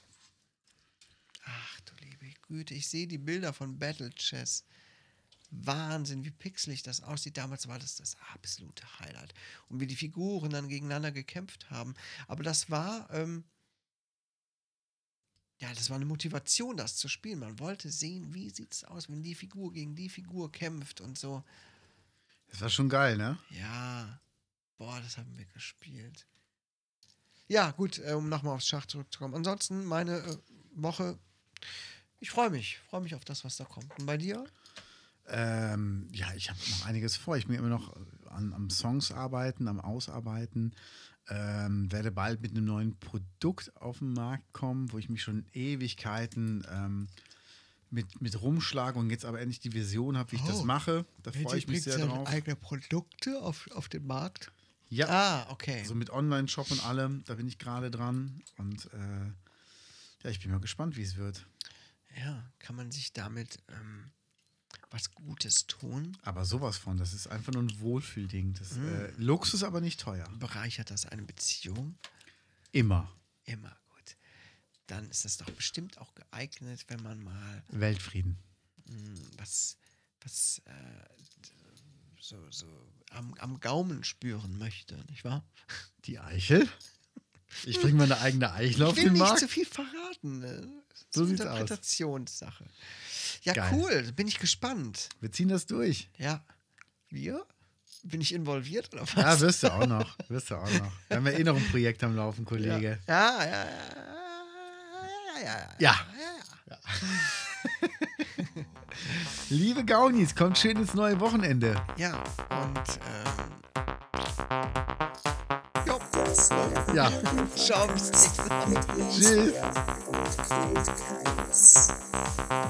Speaker 1: Ach du liebe Güte, ich sehe die Bilder von Battle Chess. Wahnsinn, wie pixelig das aussieht. Damals war das das absolute Highlight. Und wie die Figuren dann gegeneinander gekämpft haben. Aber das war, ähm, ja, das war eine Motivation, das zu spielen. Man wollte sehen, wie sieht es aus, wenn die Figur gegen die Figur kämpft und so.
Speaker 2: Das war schon geil, ne?
Speaker 1: Ja, boah, das haben wir gespielt. Ja, gut, äh, um nochmal aufs Schach zurückzukommen. Ansonsten meine äh, Woche. Ich freue mich, freue mich auf das, was da kommt. Und bei dir?
Speaker 2: Ähm, ja, ich habe noch einiges vor. Ich bin immer noch an, am Songs arbeiten, am Ausarbeiten. Ähm, werde bald mit einem neuen Produkt auf den Markt kommen, wo ich mich schon Ewigkeiten ähm, mit, mit rumschlage und jetzt aber endlich die Vision habe, wie ich das
Speaker 1: Oh.
Speaker 2: mache. Da freue ich mich sehr drauf.
Speaker 1: eigene Produkte auf, auf den Markt.
Speaker 2: Ja.
Speaker 1: Ah, okay.
Speaker 2: Also mit Online-Shop und allem, da bin ich gerade dran. Und äh, ja, ich bin mal gespannt, wie es wird.
Speaker 1: Ja, kann man sich damit ähm, was Gutes tun?
Speaker 2: Aber sowas von, das ist einfach nur ein Wohlfühlding. Das,
Speaker 1: Mhm.
Speaker 2: äh, Luxus aber nicht teuer.
Speaker 1: Bereichert das eine Beziehung?
Speaker 2: Immer.
Speaker 1: Immer gut. Dann ist das doch bestimmt auch geeignet, wenn man mal
Speaker 2: Weltfrieden.
Speaker 1: Hm, was, was äh, d- so, so am, am Gaumen spüren möchte, nicht wahr?
Speaker 2: Die Eichel? Ich bringe meine eigene Eichel auf
Speaker 1: ich will
Speaker 2: den
Speaker 1: nicht
Speaker 2: Markt.
Speaker 1: zu viel verraten. Ne? Das ist
Speaker 2: So
Speaker 1: eine
Speaker 2: sieht's aus.
Speaker 1: Interpretationssache. Ja,
Speaker 2: Geil.
Speaker 1: cool. Bin ich gespannt.
Speaker 2: Wir ziehen das durch.
Speaker 1: Ja. Wir? Bin ich involviert oder was?
Speaker 2: Ja, wirst du auch noch. Wirst du auch noch. Wir haben ja eh noch ein Projekt am Laufen,
Speaker 1: ja,
Speaker 2: Kollege.
Speaker 1: ja, ja, ja, ja, ja, ja,
Speaker 2: Ja.
Speaker 1: ja.
Speaker 2: Liebe Gaunis, kommt schön ins neue Wochenende.
Speaker 1: Ja, und ähm, jo,
Speaker 2: Ja.
Speaker 1: schauen wir uns nächste Woche.
Speaker 2: Tschüss.
Speaker 6: Und gilt keines.